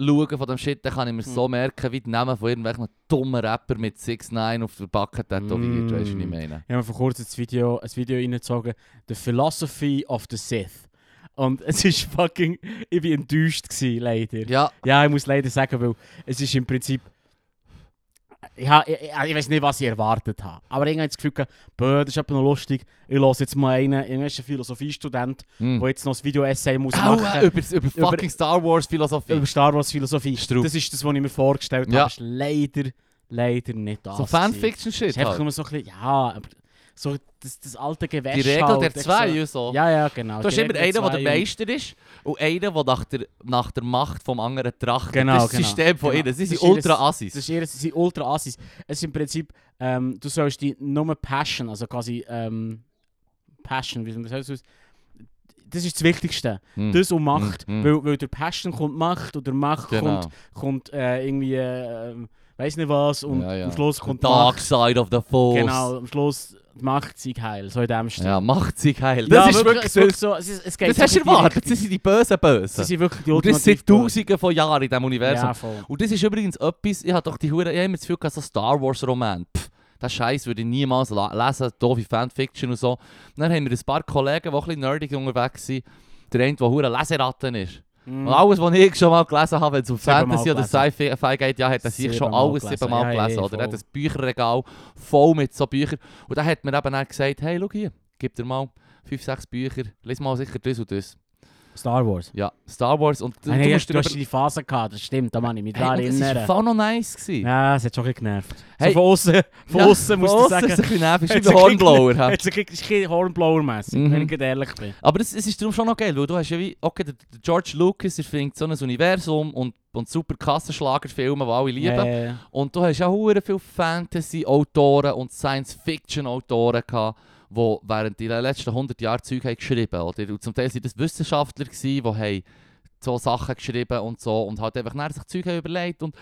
schaue von dem Shit, dann kann ich mir
Hm.
so merken, wie die Namen von irgendwelchen dummen Rapper mit 6ix9ine auf der Backe tätowiert,
Mm.
weißt du, was ich meine?
Ich habe mir vor kurzem das Video, ein Video reingezogen, The Philosophy of the Sith. Und es ist fucking... Ich war enttäuscht, gewesen, leider.
Ja,
Ja, ich muss leider sagen, weil es ist im Prinzip. Ja, ich, ich, ich weiß nicht, was ich erwartet habe. Aber irgendwie habe ich das Gefühl, gehabt, «Bö, das ist etwa noch lustig. Ich lasse jetzt mal einen, irgendein ist ein Philosophiestudent,
hm. eh,
der jetzt noch ein Video-Essay muss
Aua,
machen
über, über fucking Star Wars Philosophie.
über Star Wars Philosophie.
Strub.
Das ist das, was ich mir vorgestellt habe.
eh. Ja.
Das ist leider, leider nicht das.
so
gewesen. Es
Fanfiction-Shit
Ah, ist einfach
halt.
nur so ein bisschen, ja, aber so das, das alte Gewäsch.
Die Regel
halt,
der
echt
zwei und so.
So. Ja, ja, genau.
Du hast
Die
immer einen,
Regel
der der
zwei und-
Meister ist und einen, der nach der, nach der Macht vom anderen trachtet.
Genau,
das ist das
genau.
System von
Genau.
ihnen. Sie
Das
sind
ist ihres-
ultra-assis.
Das ist ihr, sie sind ultra assis. Es ist im Prinzip, ähm, du sollst die nur Passion, also quasi ähm, Passion, wie man das heißt, das ist das Wichtigste.
Hm.
Das und Macht.
Hm, hm.
Weil, weil der Passion kommt Macht oder Macht
Genau.
kommt, kommt äh, irgendwie, äh, weiß nicht was und
Ja, ja.
am Schluss kommt
Dark
Macht.
Side of the Force.
Genau, am Schluss die Macht sieg heil, so in dem Stil.
Ja, macht sie geil.
Ja,
Das ist wirklich,
es, ist wirklich so, es, ist- es geht
Das
so
hast du
in die
erwartet.
Richtung.
Das sind die bösen Bösen.
Sie sind wirklich die
Und das
ultimativ
seit Tausenden von Jahren in diesem Universum.
Ja, voll.
Und das ist übrigens etwas, ich habe doch die Hure, ich habe immer das Gefühl, gehabt, so Star Wars Roman, pff, das Scheiß würde ich niemals la- lesen, doofe Fanfiction und so. Und dann haben wir ein paar Kollegen, die ein bisschen nerdig unterwegs sind. Der eine, der Hure Leseratten ist.
Mm.
Und alles, was ich schon mal gelesen habe, wenn es um
Siebenmal
Fantasy oder
gelesen.
Sci-Fi geht, ja, hat er sich schon
Siebenmal
alles
gelesen.
siebenmal
Ja, ja,
gelesen. Oder er hat
voll.
ein Bücherregal voll mit so Büchern. Und dann hat mir eben auch gesagt, hey, schau hier, gib dir mal fünf, sechs Bücher, lies mal sicher das und das.
Star Wars.
Ja, Star Wars und
Du, hey,
musst
du,
dir
hast
über-
die Phase gehabt, das stimmt, da kann ich mich
Hey,
daran
und es war
erinnern.
voll noch nice. Gewesen.
Ja, es hat schon ein bisschen genervt.
Hey.
So von außen, von außen musst du
Von aussen ist es
sagen.
ein bisschen nervig,
Hat's
ist wie
ein bisschen-
Hornblower. hä?
Jetzt ein bisschen Hornblower-mässig,
Mhm.
wenn ich gerade ehrlich bin.
Aber es, es ist darum schon noch geil, weil du hast ja wie, okay, der, der George Lucas erfindet so ein Universum und, und super Kassenschlagerfilme, die alle lieben.
Äh,
Und du hast ja hure viele Fantasy-Autoren und Science-Fiction-Autoren gehabt, die während der letzten 100 Jahre Zeug haben geschrieben oder? Und zum Teil waren das Wissenschaftler, gewesen, die haben so Sachen geschrieben und so und halt einfach nachher sich Zeug haben überlegt. Und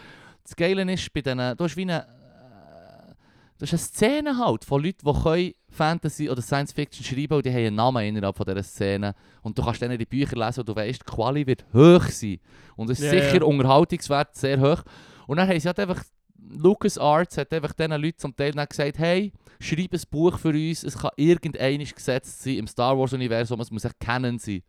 das Geile ist, bei denen, du hast wie eine, äh, du hast eine Szene halt von Leuten, die können Fantasy oder Science-Fiction schreiben und die haben einen Namen innerhalb von dieser Szene. Und du kannst dann die Bücher lesen und du weißt, die Quali wird hoch sein. Und es ist
Ja,
sicher
ja.
Unterhaltungswert sehr hoch. Und dann haben sie halt einfach, LucasArts hat einfach diesen Leuten zum Teil dann gesagt, hey, schreib ein Buch für uns, es kann irgendeinisch gesetzt sein im Star Wars-Universum, es muss echt Canon sein.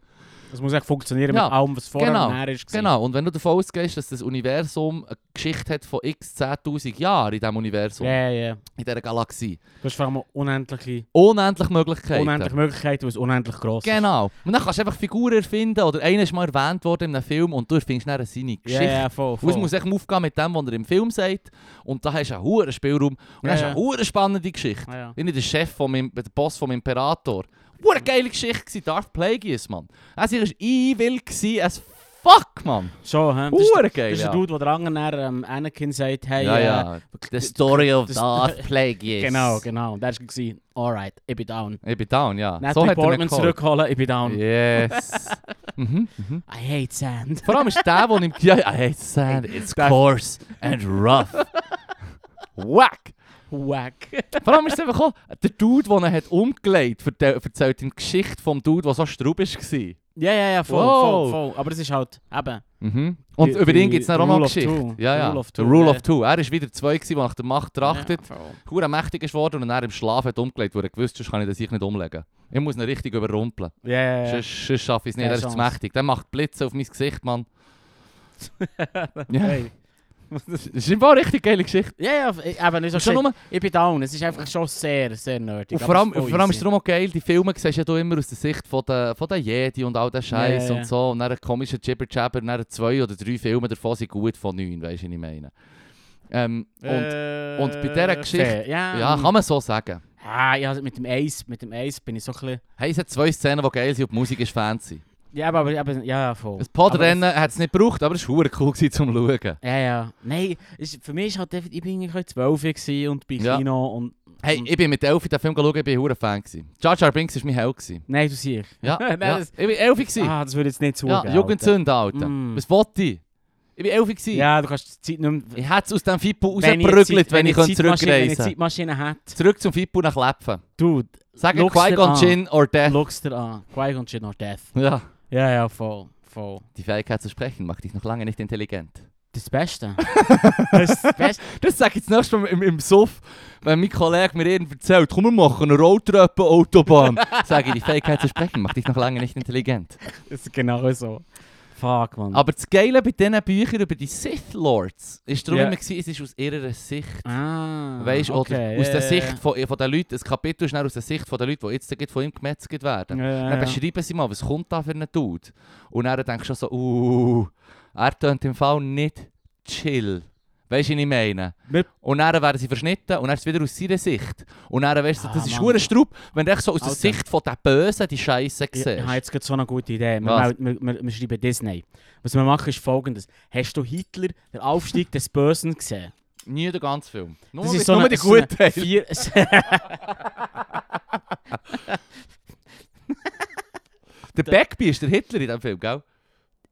das muss echt funktionieren
Ja,
mit allem, was vorher
genau,
und nachher ist. gewesen.
Genau, und wenn du davon ausgehst, dass das Universum eine Geschichte hat von x 10.000 Jahren in diesem Universum,
Ja, ja.
in dieser Galaxie,
Du hast vor allem unendliche,
unendlich Möglichkeiten.
unendliche Möglichkeiten, weil es unendlich gross ist.
Genau. Und dann kannst du einfach Figuren erfinden oder einer ist mal erwähnt worden in einem Film und du erfindest dann seine
Ja,
Geschichte.
ja, voll,
Und es
voll.
muss echt aufgehen mit dem, was er im Film sagt. Und da hast du einen hohen Spielraum und
Ja,
hast
ja.
eine hohe spannende Geschichte.
Ja, ja.
Ich bin der Chef, vom, Im- der Boss vom Imperator. Hure geile Geschichte gewesen, Darth Plagueis, Mann. Er war evil gewesen as fuck, Mann.
Schon, hä? Das ist-
Hure geil,
Das ist der
ja.
Dude, der anderen ähm, Anakin sagt, hey,
ja,
äh,
ja. The story of
das-
Darth Plagueis.
Genau, genau. Und der war, alright, ich bin down.
Ich bin down, ja.
Natalie
hat er mich
Portman
geholt.
zurückholen, ich bin down.
Yes. mhm, mhm.
I hate sand.
Vor allem ist der, der ihm... Ja, I hate sand, it's coarse and rough. Whack.
Wack.
Vor allem ist es einfach auch, der Dude, der ihn hat umgelegt hat, erzählt ihm die Geschichte vom Dude, der so straub war.
Ja, ja, ja, voll,
Wow.
voll, voll. Aber es ist halt eben.
Mhm. Und
Die-
über ihn
die
gibt es dann auch mal
Rule of
Geschichte.
Two.
Ja, ja.
Rule of
The
Two,
Rule
ja.
of Two. Er war wieder zwei, gewesen, der nach der Macht trachtet.
Ja, voll.
hure mächtig ist worden und er im Schlaf hat umgelegt, wo er gewusst hat, kann ich das ich nicht umlegen. Ich muss ihn richtig überrumpeln.
Ja, ja, ja.
Sonst, sonst schaffe ich es nicht,
Keine
er ist zu
Chance.
mächtig. Der macht Blitze auf mein Gesicht, Mann. ja.
Hey.
Das ist im Fall eine richtig geile Geschichte.
Ja, ja, ich- eben, ich, so
Und schon
gesagt,
nur,
ich bin down. Es ist einfach schon sehr, sehr nerdig.
und
aber
vor allem,
es voll
vor allem ist es
easy.
darum auch geil, die Filme siehst ja du immer aus der Sicht von der, von der Jedi und all der Scheiß
Ja, ja, ja.
und so. Und dann einen komischen Jibber-Jabber, dann zwei oder drei Filme davon sind gut von neun, weißt du, was ich meine. Ähm, und
Äh,
und bei dieser Geschichte-
fair. Ja,
ja,
mm.
kann man so sagen.
Ah, ja, mit dem Ace, mit dem Ace bin ich so ein bisschen...
Hey, es hat zwei Szenen, die geil sind und die Musik ist fancy.
Ja, aber, aber ja, ja, voll.
Das
Aber das-
Podrennen hat es nicht gebraucht, aber es war verdammt cool gewesen zum Schauen.
Ja, ja. Nein, ist, für mich war halt definitiv, ich bin irgendwie 12 gewesen und bei
Ja.
Kino und...
Hey,
Und-
ich bin mit Elfi den Film geschaut, ich bin ein Fan. gewesen. Jar Jar Binks war mein Held. gewesen.
Nein, du siehst.
Ja,
Nein,
ja.
das-
ich bin Elfi. gewesen.
Ah, das würde ich jetzt nicht zugeben.
ja, Jugendsünde, Alter.
Mm.
Was wollte ich? Ich bin Elfi. gewesen.
Ja, du kannst die Zeit nicht mehr...
Ich hätte es aus dem Fippo
Wenn ich
rausgebrügelt,
Zeit-
wenn ich
Zeitmaschine-
könnte zurückreisen
Wenn ich eine Zeitmaschine hätte.
Zurück zum Fippo nach Läpfen.
Dude,
Sagen
Schau's dir
Qui-Gon
an.
Jinn or Death.
schau's dir an. Qui-Gon Jinn or Death.
Äh. Ja.
Ja, ja, voll. Voll.
Die Fähigkeit zu sprechen macht dich noch lange nicht intelligent.
Das ist das Beste. das ist das Beste.
Das sage ich jetzt nächstes Mal im, im Suff, wenn mein Kollege mir irgend erzählt, komm, wir machen eine Rolltreppe-Autobahn. sage ich, die Fähigkeit zu sprechen macht dich noch lange nicht intelligent.
Das ist genau so. Fuck, man.
Aber das Geile bei diesen Büchern über die Sith Lords ist darum
Ja.
immer gewesen, es ist aus ihrer Sicht.
ah,
Weißt,
okay,
oder aus
ja,
der
ja,
Sicht von, von den Leuten, das Kapitel ist dann aus der Sicht von den Leuten, die jetzt gerade von ihm gemetzelt
ja.
werden.
Ja,
Dann
ja, ja.
beschreiben sie mal, was kommt da für ein Dude. Und dann denkst du schon so, uh, er tönt im Fall nicht chill. Weißt du, was ich meine?
Wir-
Und dann werden sie verschnitten und dann ist es wieder aus seiner Sicht. Und dann weißt du,
Ah,
das ist
Mann.
hure Strupp, wenn du echt so aus der
Alter.
Sicht von den Bösen die Scheiße
Ich,
siehst.
ich habe jetzt gerade so eine gute Idee. Wir,
Was?
melden- wir, wir, wir schreiben Disney. Was wir machen ist folgendes. Hast du Hitler, den Aufstieg des Bösen gesehen?
Nie den ganzen Film. Nur,
Das ist so
nur
eine,
die
so eine
guten Teile.
vier,
Der Backby ist der Hitler in dem Film, gell?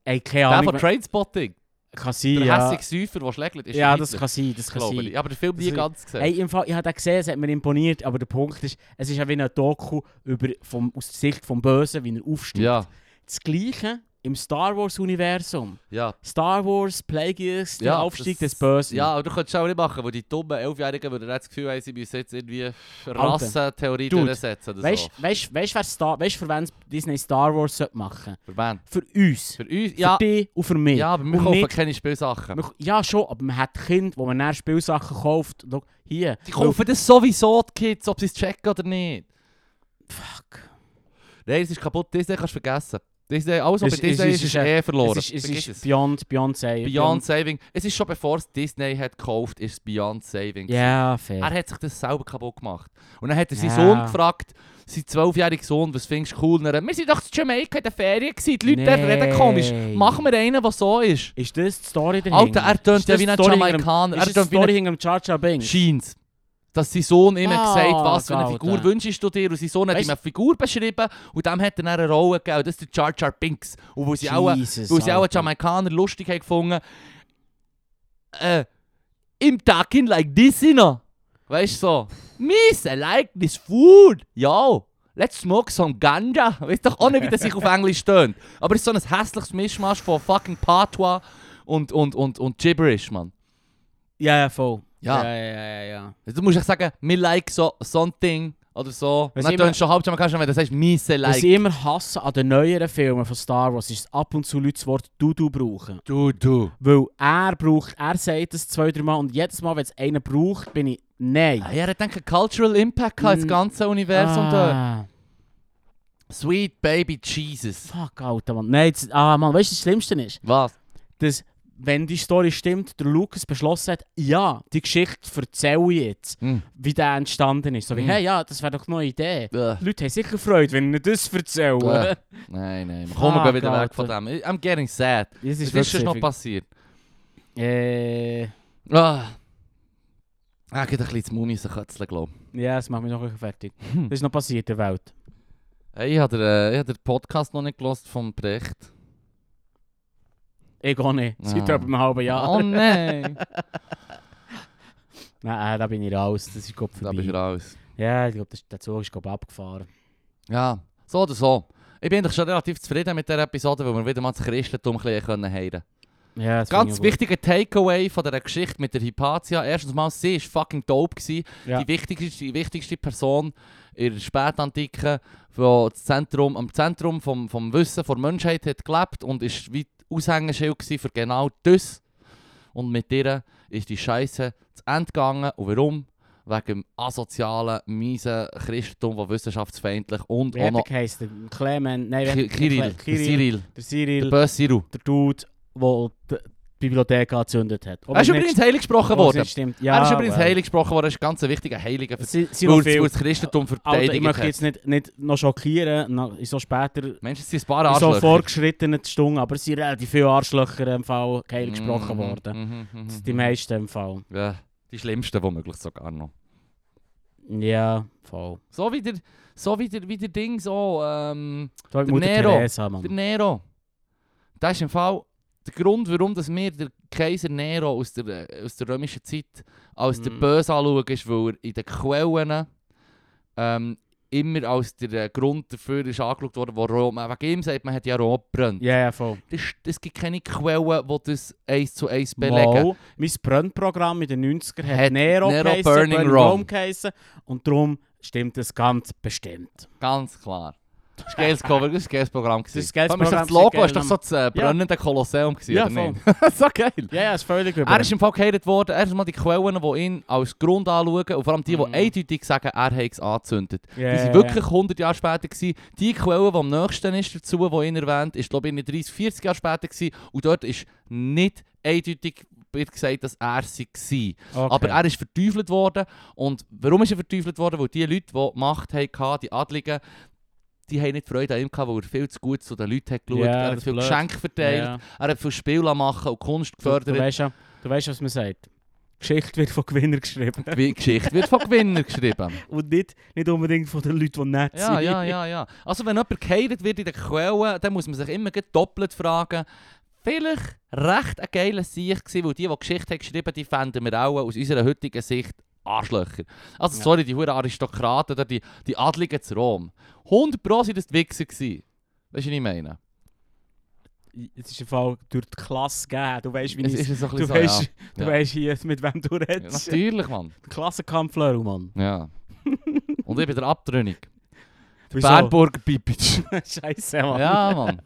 Ey, keine
der
Ahnung.
von Trainspotting.
kann sein,
Der
ja.
hässliche Säufer, der schlägt, ist
Ja,
der
das
Hitler,
kann sein, das kann
glaube
sein.
ich. Ich habe den Film nie
Das-
ganz gesehen.
Ey, im Fall, ich habe den gesehen, es hat mir imponiert, aber der Punkt ist, es ist ja wie ein Doku über, vom, aus der Sicht vom Bösen, wie er aufsteigt.
ja,
Das Gleiche im Star Wars-Universum.
ja.
Star Wars, Plagueis, der
Ja,
Aufstieg
das-
des Bösen.
Ja, aber du könntest es auch nicht machen, wo die dummen Elfjährigen, die das Gefühl haben, sie müssen jetzt irgendwie Rassentheorie
Dude,
durchsetzen oder
Weißt
so.
du, weißt, weißt, wer Star, weißt, für wen Disney Star Wars sollte machen
Für wen?
Für uns.
Für uns? Ja,
Für dich und für mich.
ja aber wir
Und
kaufen
nicht-
keine Spielsachen.
wir- Ja, schon, aber man hat Kinder, wo man dann Spielsachen kauft. Schau, Hier.
Die kaufen das sowieso, die Kids, ob sie es checken oder nicht.
Fuck.
Nein, es ist kaputt, Disney kannst du vergessen. Disney, alles, was
Es-
bei Disney
es
ist,
ist-
ist
es ist-
eh
Es
verloren.
ist, es
Vergiss
ist Beyond, Beyond Saving.
Beyond Saving. Es ist schon bevor es Disney hat gekauft, ist es Beyond Saving.
Ja,
Er
fair.
hat sich das selber kaputt gemacht. Und dann hat er seinen
Ja.
Sohn gefragt, sein zwölfjähriger Sohn, was findest du cool? Und er, wir sind doch in Jamaika in der Ferien gewesen, die Leute
Nein.
reden komisch. Machen wir einen, der so ist.
Ist das die Story dahinter?
Alter, er tönt
Ist
ja
das
wie ein
die Story hinter dem-
Jamaikaner. Er
Ist das
tönt
die
wie
Story
ein
hinter dem Jar Jar Binks?
Scheins. Dass sein Sohn ihm
Ah,
gesagt hat, was für eine
Alter.
Figur wünschst du dir? Und sein Sohn hat
Weißt-
ihm eine Figur beschrieben und dem hat er dann eine Rolle gegeben. Das ist der Jar Jar Binks. Und wo sie auch
Jesus,
weil sie auch einen
Alter.
Jamaikaner lustig haben gefunden. Äh, im talking like this, you know. Weißt du so? Miss, I like this food. Yo, let's smoke some ganja. Weißt doch auch nicht, wie das sich auf Englisch tönt. Aber es ist so ein hässliches Mischmasch von fucking Patois und, und, und, und Gibberish, man.
Ja, ja, voll.
Ja.
ja, ja, ja. ja.
Also, Du musst echt sagen, me like so something oder so.
Was
Und dann
immer-
tönst du schon halb Jamaikaner, wenn du sagst, miss, I
Was
like.
ich immer hasse an den neueren Filmen von Star Wars ist, dass ab und zu Leute das Wort «du-du» brauchen.
Du, du.
Weil er braucht, er sagt es zwei, drei Mal und jedes Mal, wenn es einen braucht, bin ich «Nein».
Ah, ja, ich denke, Cultural Impact hat das
Mm.
ganze Universum da.
Ah,
Sweet Baby Jesus.
Fuck, Alter, Mann. Nein, jetzt, ah, Mann, weißt du, was das Schlimmste ist?
Was?
Dass, wenn die Story stimmt, der Lucas beschlossen hat, ja, die Geschichte erzähle ich jetzt,
Mm.
wie der entstanden ist. So wie,
Mhm.
hey, ja, das wäre doch eine neue Idee.
Bäh.
Die Leute haben sicher Freude, wenn ich ihnen das erzähle.
Nein, nein. Komm, wir gehen wieder
Fuck,
weg von dem. Ich- I'm getting sad.
Ah, Das
Was
ist,
ist schon noch
wirklich-
passiert?
Äh...
Ah. Ah, geht ein bisschen zu Mumie kötzeln, glaube
Ja, das macht mich noch ein bisschen fertig.
Hm.
Das ist noch passiert in der Welt.
ich. Hey, ich habe den, äh, ich hab den Podcast noch nicht gehört vom Brecht.
Ich auch nicht. Seit
Ah.
etwa einem halben Jahr.
Oh nein.
Nein, äh, da bin ich raus. Das ist glaub
Da bist du
vorbei.
raus.
Ja, dus- ich glaube, das- der Zug ist glaub abgefahren.
Ja, so oder so. Ich bin doch schon relativ zufrieden mit dieser Episode, weil wir wieder mal das Christentum ein bisschen können heilen
Ja, das
Ganz
finde ich
wichtiger Takeaway von dieser Geschichte mit der Hypatia. Erstens mal, sie war fucking dope. Gewesen.
auch gut. Ja.
Die, wichtigste, die wichtigste Person in der Spätantike, die das Zentrum, am Zentrum vom, vom Wissen der Menschheit hat gelebt und ist wie Aushängeschild gewesen für genau das. Und mit ihr ist die Scheiße zu Ende gegangen. Und warum? Wegen dem asozialen, miesen Christentum, das wissenschaftsfeindlich und
Wie
auch
hat er
noch
geheißen? Clement, nein,
Ki-
wie-
Kirill,
Kle-
Kirill, Cyril,
Der
der
Cyril,
böse Cyril.
der Dude, der die Bibliothek angezündet hat. Ob
Er ist
es nicht-
übrigens heilig gesprochen
ob es nicht
worden.
Stimmt.
er
Ja,
ist übrigens
well.
heilig gesprochen worden. Er ist ein ganz wichtiger Heiliger, für
Es sind- sind noch
weil das-
viel-
weil das Christentum
Alter, ich
verteidigt
möchte
hat.
jetzt nicht, nicht noch schockieren, noch, in so später,
Mensch, es sind ein paar
in so
Arschlöcher.
vorgeschrittenen Stunden, aber es sind relativ viele Arschlöcher im Fall heilig gesprochen
Mhm,
worden.
mhm, mhm,
Das
mhm.
sind die meisten im Fall.
Ja, die schlimmsten womöglich sogar noch.
Ja, voll.
So wie der, so wie der, wie der Ding so, ähm,
Da hat
Der
Mutter
Nero.
Teresa,
der
Mann.
Nero. Das ist im Fall der Grund, warum dass wir den Kaiser Nero aus der, äh, aus der römischen Zeit als der
Mhm.
Böse anschauen, ist, weil er in den Quellen ähm, immer als der äh, Grund dafür ist angeschaut worden, wo Rom, äh, wegen ihm sagt man, hat ja Rom gebrannt.
Ja, ja, voll.
Das, es gibt keine Quellen, die das eins zu eins belegen.
Mal, mein Brennprogramm in den 90ern hat,
Hat
Nero,
Nero
geheissen,
Burning
Burning
Rome.
Rome geheissen und darum stimmt das ganz bestimmt.
Ganz klar. Das ist ein geiles Cover, das ist ein geiles Programm. gewesen.
Das ist ein geiles
Vor allem ist doch
Programm,
Das Logo
das
war
ist
doch so das äh,
Ja.
brennende Kolosseum, gewesen,
Ja,
oder nicht? so geil.
Ja, ja, ist völlig
Er ist
übrigens.
im Fall gehatet worden, erstens mal die Quellen, die ihn als Grund anschauen und vor allem die, die
Mhm.
eindeutig sagen, er hat es angezündet.
Ja,
die
ja,
sind
ja.
wirklich 100 Jahre später gewesen. Die Quelle, die am nächsten ist dazu, die ihn erwähnt, ist glaube ich in 30, 40 Jahre später gewesen und dort ist nicht eindeutig wird gesagt, dass er sie war.
Okay.
Aber er ist verteufelt worden. Und warum ist er verteufelt worden? Weil die Leute, die Macht hatten, die Adligen, die haben nicht Freude an ihm gehabt, weil er viel zu gut zu den Leuten hat geschaut.
Ja,
er
das
hat
ist
viel
blöd.
Geschenke verteilt,
Ja.
er hat viel Spiel machen und Kunst
Du, du,
gefördert.
weißt ja, du weißt, was man sagt. Geschichte wird von Gewinnern geschrieben.
Die Geschichte wird von Gewinnern geschrieben.
Und nicht, nicht unbedingt von den Leuten, die nett
Ja,
sind.
ja, ja, ja. Also wenn jemand gehatet wird in den Quellen, dann muss man sich immer gleich doppelt fragen, vielleicht recht ein geiler Sieg gewesen, weil die, die Geschichte haben geschrieben die fänden wir auch aus unserer heutigen Sicht Arschlöcher. Also
Ja.
sorry, die huren Aristokraten oder die, die Adligen zu Rom. 100 Pro sind das die Wichser gewesen. Weißt du, was ich meine?
Es ist im Fall durch die Klasse gegeben. Du weißt, wie
es
ich
ist so ein
Du
bisschen so,
weißt,
ja.
du
Ja.
weißt hier, mit wem du
ja.
redest.
Natürlich, Mann.
Klassenkampf, Leru, Mann.
Ja. Und ich bin der Abtrünnig.
Wieso?
Bernburger Pipic.
Scheiße, Mann.
Ja, Mann.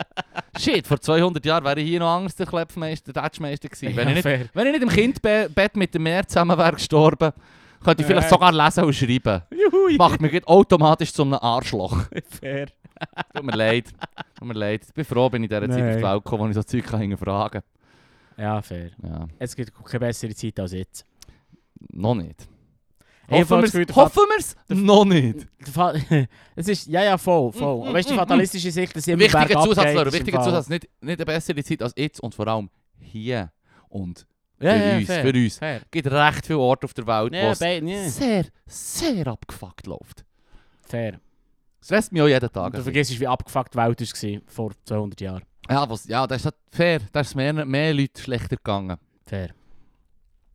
Shit, vor 200 Jahren wäre ich hier noch Angst, der Klepfmeister, der Tatschmeister gewesen. Wenn,
Ja,
ich nicht,
fair.
wenn ich nicht im Kindbett mit dem Meer zusammen wäre gestorben, könnte ich
Ja.
vielleicht sogar lesen und schreiben.
Juhui.
Macht mich gerade automatisch zu einem Arschloch.
Fair.
Tut mir leid. Tut mir leid. Ich bin froh, bin ich in dieser Zeit auf die
Nein.
Welt gekommen, wo ich so Zeug kann hinterfragen
Ja, fair.
kann. Ja,
Es gibt keine bessere Zeit als jetzt.
noch nicht.
Ich hab
Hoffen
das Gefühl,
wir
der
es hoffen wir's noch nicht.
Der Fa- es ist, ja, ja, voll, voll. Aber weißt du, die fatalistische Sicht, dass immer
Wichtiger
bergab
Zusatz,
geht,
Leute,
ist im
wichtiger
Fall-
Zusatz. Nicht, nicht eine bessere Zeit als jetzt und vor allem hier und
Ja,
für
ja,
uns.
fair.
Für uns.
Fair.
gibt recht viele Orte auf der Welt, wo
Ja,
es
beide, ja.
sehr, sehr abgefuckt läuft.
Fair.
Das lässt mich auch jeden Tag.
Und Du
ein bisschen.
vergisst, wie abgefuckt die Welt war vor 200 Jahren.
Ja, was, ja, das ist halt fair. Da ist mehr, mehr Leute schlechter gegangen.
Fair.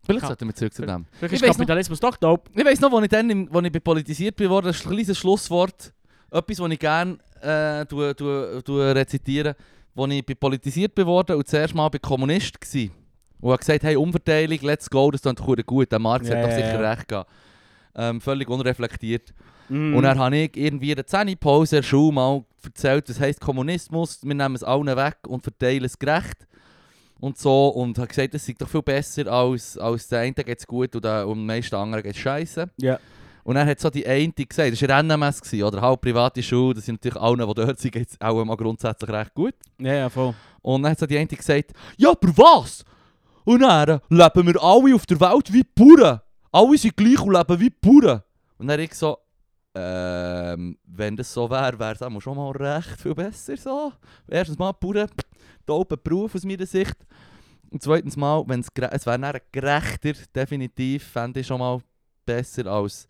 Vielleicht
Ka-
sollten wir zurück zu
Fair.
dem.
Vielleicht
Ich
ist
weiss noch-
Kapitalismus doch dope.
Ich weiss noch, wo ich dann im, wo ich politisiert bin, worden, das ist ein kleines Schlusswort. Etwas, das ich gerne äh, tue, tue, tue rezitiere. Wo ich bin politisiert bin worden und zuerst mal bei Kommunist war. Und habe gesagt, hey, Umverteilung, let's go, das klingt verdammt gut. Der Marx
Ja,
hat doch
ja,
sicher
ja.
recht gehabt. Ähm, völlig unreflektiert.
Mm.
Und dann habe ich irgendwie in der 10 Pause der Schule mal erzählt, was heisst Kommunismus, wir nehmen es allen weg und verteilen es gerecht. Und so, und habe gesagt, das sei doch viel besser als, als der einen geht es gut und der- und den meisten anderen geht es scheiße.
Ja.
Und dann hat so die eine gesagt, das war in der NMS, gewesen, oder halb private Schule, das sind natürlich allen, die dort sind, geht es auch mal grundsätzlich recht gut.
Ja, ja, voll.
Und dann hat so die eine gesagt, ja, aber was? Und dann leben wir alle auf der Welt wie Bauern. Alle sind gleich und leben wie Bauern. Und dann ich so, ähm, wenn das so wäre, wäre es auch schon mal recht viel besser so. Erstens mal, Bauern, dober Beruf aus meiner Sicht. Und zweitens mal, wenn's gere- es wäre dann gerechter, definitiv, fände ich schon mal besser als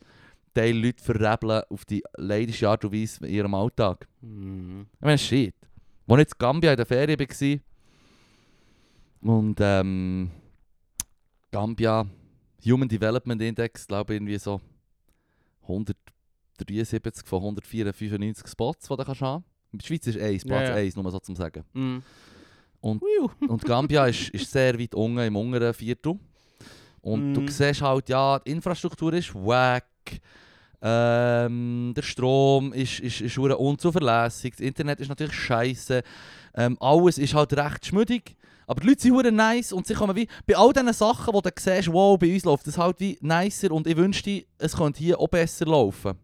die Leute verrebeln auf die leidische Art und Weise in ihrem Alltag.
Mm.
Ich meine, shit. Als ich in Gambia in der Ferien war und ähm, Gambia, Human Development Index, glaube ich, irgendwie so 173 von 194 Spots, die du kannst haben In der Schweiz ist eins, Platz
Ja, ja.
eins, nur so zum Sagen.
Mhm.
Und-
Wiu.
Und Gambia ist, ist sehr weit unten im unteren Viertel. Und du
Mhm.
siehst halt, ja, die Infrastruktur ist wack. Ähm, der Strom ist, ist, ist hure unzuverlässig. Das Internet ist natürlich scheiße. Ähm, alles ist halt recht schmüdig. Aber die Leute sind hure nice und sie kommen wie... Bei all diesen Sachen, die du siehst, wow, bei uns läuft das halt wie nicer und ich wünschte, es könnte hier auch besser laufen.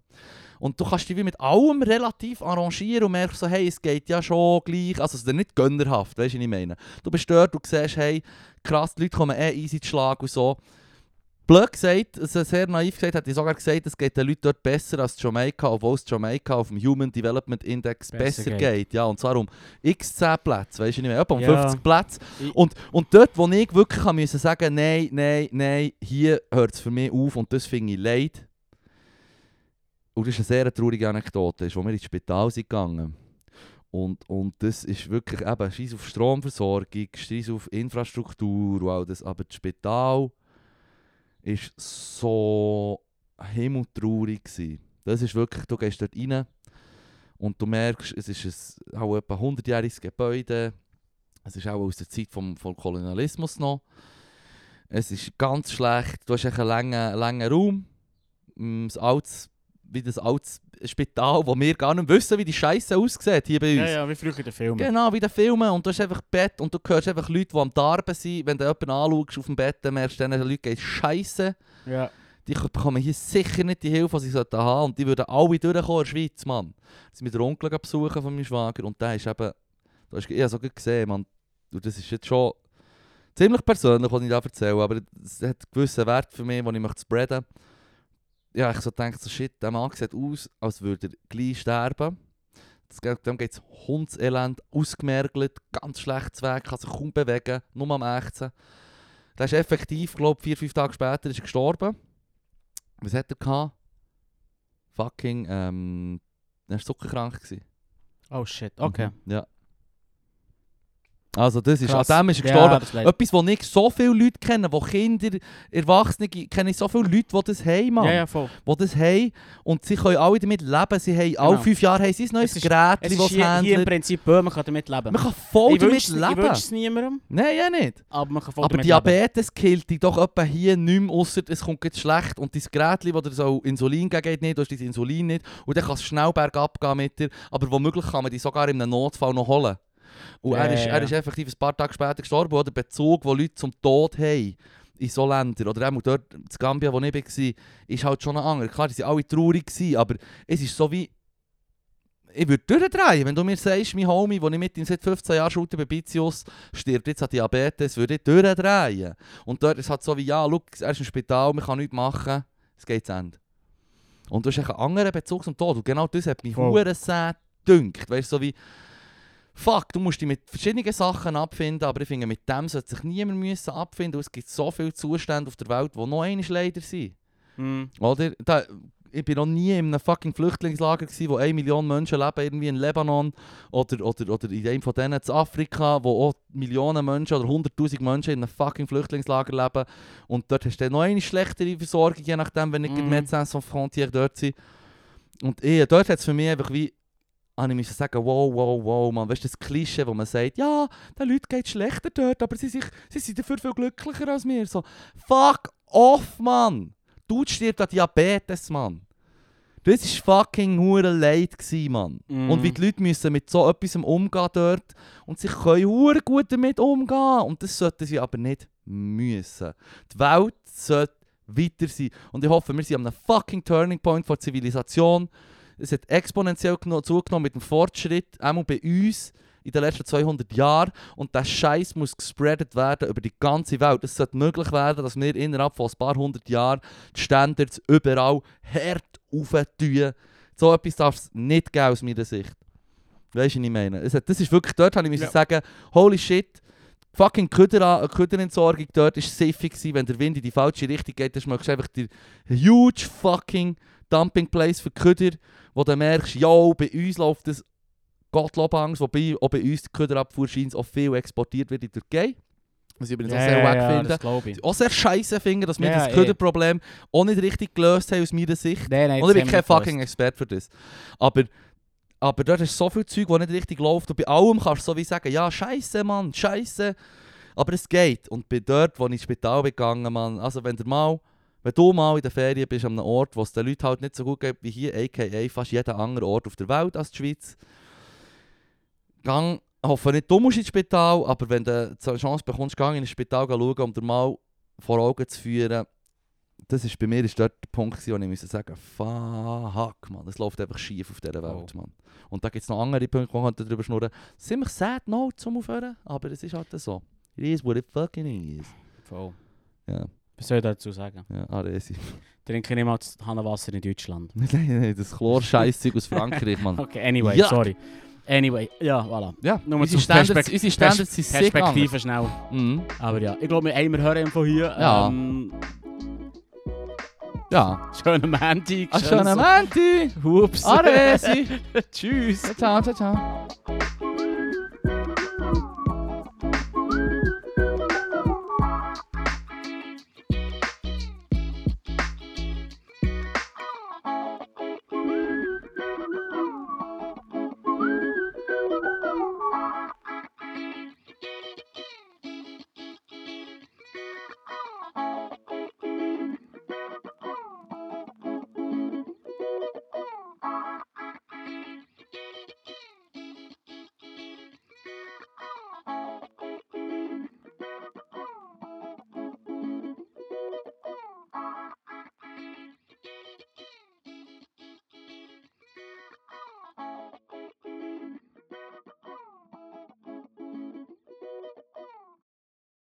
Und du kannst dich wie mit allem relativ arrangieren und merkst so, hey, es geht ja schon gleich. Also es ist nicht gönnerhaft, weißt du, was ich meine? Du bist dort und siehst, hey, krass, die Leute kommen eh easy zu Schlag und so. Blöd gesagt, also sehr naiv gesagt, hätte ich sogar gesagt, es geht den Leuten dort besser als Jamaika, obwohl es Jamaika auf dem Human Development Index besser,
Besser
geht.
geht.
Ja, und zwar um x 10 Plätze, weißt du nicht mehr, etwa um
Ja.
50 Plätze.
Ich-
Und, und dort, wo ich wirklich kann müssen sagen nein, nein, nein, hier hört es für mich auf und das finde ich leid. Und das ist eine sehr traurige Anekdote, ist, wo wir ins Spital sind gegangen. Und, und das ist wirklich eben Scheiß auf Stromversorgung, Scheiß auf Infrastruktur und all das. Aber das Spital ist so himmeltraurig gewesen. Das ist wirklich, du gehst dort rein und du merkst, es ist ein, auch etwa 100-jähriges Gebäude. Es ist auch aus der Zeit vom, vom Kolonialismus noch. Es ist ganz schlecht. Du hast echt einen langen, langen Raum. Mm, Das altes, wie das altes Spital, wo wir gar nicht wissen, wie die Scheiße aussieht hier bei uns.
Ja, ja, wie früher in den Filmen.
Genau, wie den Filmen. Und du hast einfach Bett und du hörst einfach Leute, die am Darben sind. Wenn du jemanden anschaust auf dem Bett, dann merkst du, diesen Leuten geht scheiße.
Ja.
Die bekommen hier sicher nicht die Hilfe, die sie sollten haben. Und die würden alle durchkommen in der Schweiz, Mann. Sie mit der Onkel gegangen besuchen von meinem Schwager. Und der ist eben... Du hast, ich habe es gesehen, Mann. Und das ist jetzt schon ziemlich persönlich, was ich da erzähle. Aber es hat einen gewissen Wert für mich, den ich möchte spreaden. Ja, ich so denke, so shit, der Mann sieht aus, als würde er gleich sterben. Das, geht- dem geht es Hundselend, ausgemergelt, ganz schlecht Weg, kann sich kaum bewegen, nur am Ächzen. Der ist effektiv, glaube ich, vier, fünf Tage später ist er gestorben. Was hat er gehabt? Fucking, ähm, er war zuckerkrank. Gewesen.
Oh shit, okay.
Mhm, Ja. Also das ist,
Krass.
an dem ist er
Ja,
gestorben.
das leid.
Etwas, wo nicht so viele Leute kennen, wo Kinder, Erwachsene, kenne ich so viele Leute, die das haben, Mann.
ja, ja, voll.
Die das haben und sie können alle damit leben. Sie haben alle
Genau.
fünf Jahre haben sie ein neues
Es ist-
Gerät,
Es
das
ist hier, hier im
handelt.
Prinzip, äh, man kann damit leben.
Man kann voll
ich
damit
wünsche
leben.
es niemandem,
Nein, ja nicht.
aber man kann voll
Aber
damit leben.
Diabetes killt dich doch etwa hier nicht mehr, ausser es kommt jetzt schlecht und dein Gerät, wo dir so Insulin gegeben hat, nicht, du hast dein Insulin nicht und dann kannst du schnell bergab gehen mit dir, aber womöglich kann man dich sogar in einem Notfall noch holen. Und er,
Ja,
ist,
ja,
er
ja.
ist effektiv ein paar Tage später gestorben, oder Bezug, den Leute zum Tod haben in so Ländern. Oder auch dort, in Gambia, wo ich war, ist halt schon ein anderer. Klar, die waren alle traurig, gewesen, aber es ist so wie... Ich würde durchdrehen, wenn du mir sagst, mein Homie, den ich mit ihm seit 15 Jahren schaute bei Bizius, stirbt jetzt an Diabetes, würde ich durchdrehen. Und dort ist es halt so wie, ja, schau, er ist im Spital, man kann nichts machen, es geht zu Ende. Und du hast echt einen anderen Bezug zum Tod. Und genau das hat mich
Voll.
hure sehr gedünkt. Weißt du, so wie, fuck, du musst dich mit verschiedenen Sachen abfinden, aber ich finde, mit dem sollte sich niemand müssen abfinden. Und es gibt so viele Zustände auf der Welt, die noch einmal leider sind.
Mhm.
Oder? Da, ich war noch nie in einem fucking Flüchtlingslager, gewesen, wo eine Million Menschen leben, irgendwie in Lebanon oder, oder, oder in einem von denen in Afrika, wo auch Millionen Menschen oder 100'000 Menschen in einem fucking Flüchtlingslager leben und dort hast du dann noch eine schlechtere Versorgung, je nachdem, wenn nicht mm.
Mhm.
Médecins Sans Frontières dort sind. Und ich, dort hat es für mich einfach wie, habe ich müssen sagen, wow, wow, wow, man, weißt du, das Klischee, wo man sagt, ja, den Leuten geht es schlechter dort, aber sie, sich, sie sind dafür viel glücklicher als wir. So, fuck off, Mann! Du stirbst an Diabetes, Mann. Das war fucking hure leid, gewesen, Mann.
Mhm.
Und wie die Leute müssen mit so etwas umgehen dort und sie können hure gut damit umgehen. Und das sollten sie aber nicht müssen. Die Welt sollte weiter sein. Und ich hoffe, wir sind an einem fucking Turning Point von Zivilisation. Es hat exponentiell geno- zugenommen mit dem Fortschritt, auch bei uns in den letzten 200 Jahren. Und der Scheiß muss gespreadet werden über die ganze Welt. Es sollte möglich werden, dass wir innerhalb von ein paar hundert Jahren die Standards überall hart aufentun. So etwas darf es nicht geben aus meiner Sicht. Weißt du, was ich meine? Es hat, das ist wirklich dort, habe ich
Ja.
müssen sagen, holy shit, fucking Köder- Köderentsorgung dort war siffig, gewesen. wenn der Wind in die falsche Richtung geht, dann schmeckst du einfach die huge fucking Dumping Place für Köder, wo du merkst, yo, bei uns läuft das Gottlob Angst, wobei auch bei uns die Köderabfuhr scheint auch viel exportiert wird in die Türkei. Was ich übrigens
Ja,
auch sehr
ja,
wack
ja,
finde.
das glaube ich.
auch sehr scheiße finde, dass wir
Ja,
das
eh.
Köderproblem auch nicht richtig gelöst haben aus meiner Sicht.
Nein, nein,
Und ich
das haben wir
bin kein
nicht gewusst.
fucking Experte für das. Aber, aber dort ist so viel Zeug, das nicht richtig läuft. Und bei allem kannst du so wie sagen, ja, scheiße, Mann, scheiße. Aber es geht. Und bei dort, wo ich ins Spital bin gegangen, Mann, also wenn du mal, wenn du mal in der Ferien bist an einem Ort, wo es den Leuten halt nicht so gut geht wie hier, a.k.a. fast jeder andere Ort auf der Welt als die Schweiz, gang, hoffe nicht, du musst ins Spital, aber wenn du die Chance bekommst, gang ins Spital schauen, um dir mal vor Augen zu führen, das ist bei mir ist dort der Punkt, gewesen, wo ich musste sagen fuck, man, es läuft einfach schief auf dieser
Oh.
Welt, Mann. Und da gibt es noch andere Punkte, wo man darüber schnurren kann. Ziemlich sad note zum Aufhören, aber es ist halt so. It is what it fucking is.
Voll.
Ja,
Was soll ich dazu sagen?
ja, ah, Aresi.
Trinke nicht mal das Hanawasser in Deutschland.
nein, nein, das Chlorscheißzeug aus Frankreich, Mann.
Okay, anyway,
Yuck.
sorry. Anyway, ja, voilà.
Ja,
Nur
unsere
zum
Standards,
Perspekt-
unsere Standards sind sick anders.
Perspektive schnell.
Mhm.
Aber nou. ja, ich glaube, wir, ey, wir hören von hier.
Ja.
Ähm,
Ja.
schönen Montag.
Ach, schönen
schönes-
Menti!
Hups.
Aresi!
Tschüss.
啊 Ciao, ciao, ciao.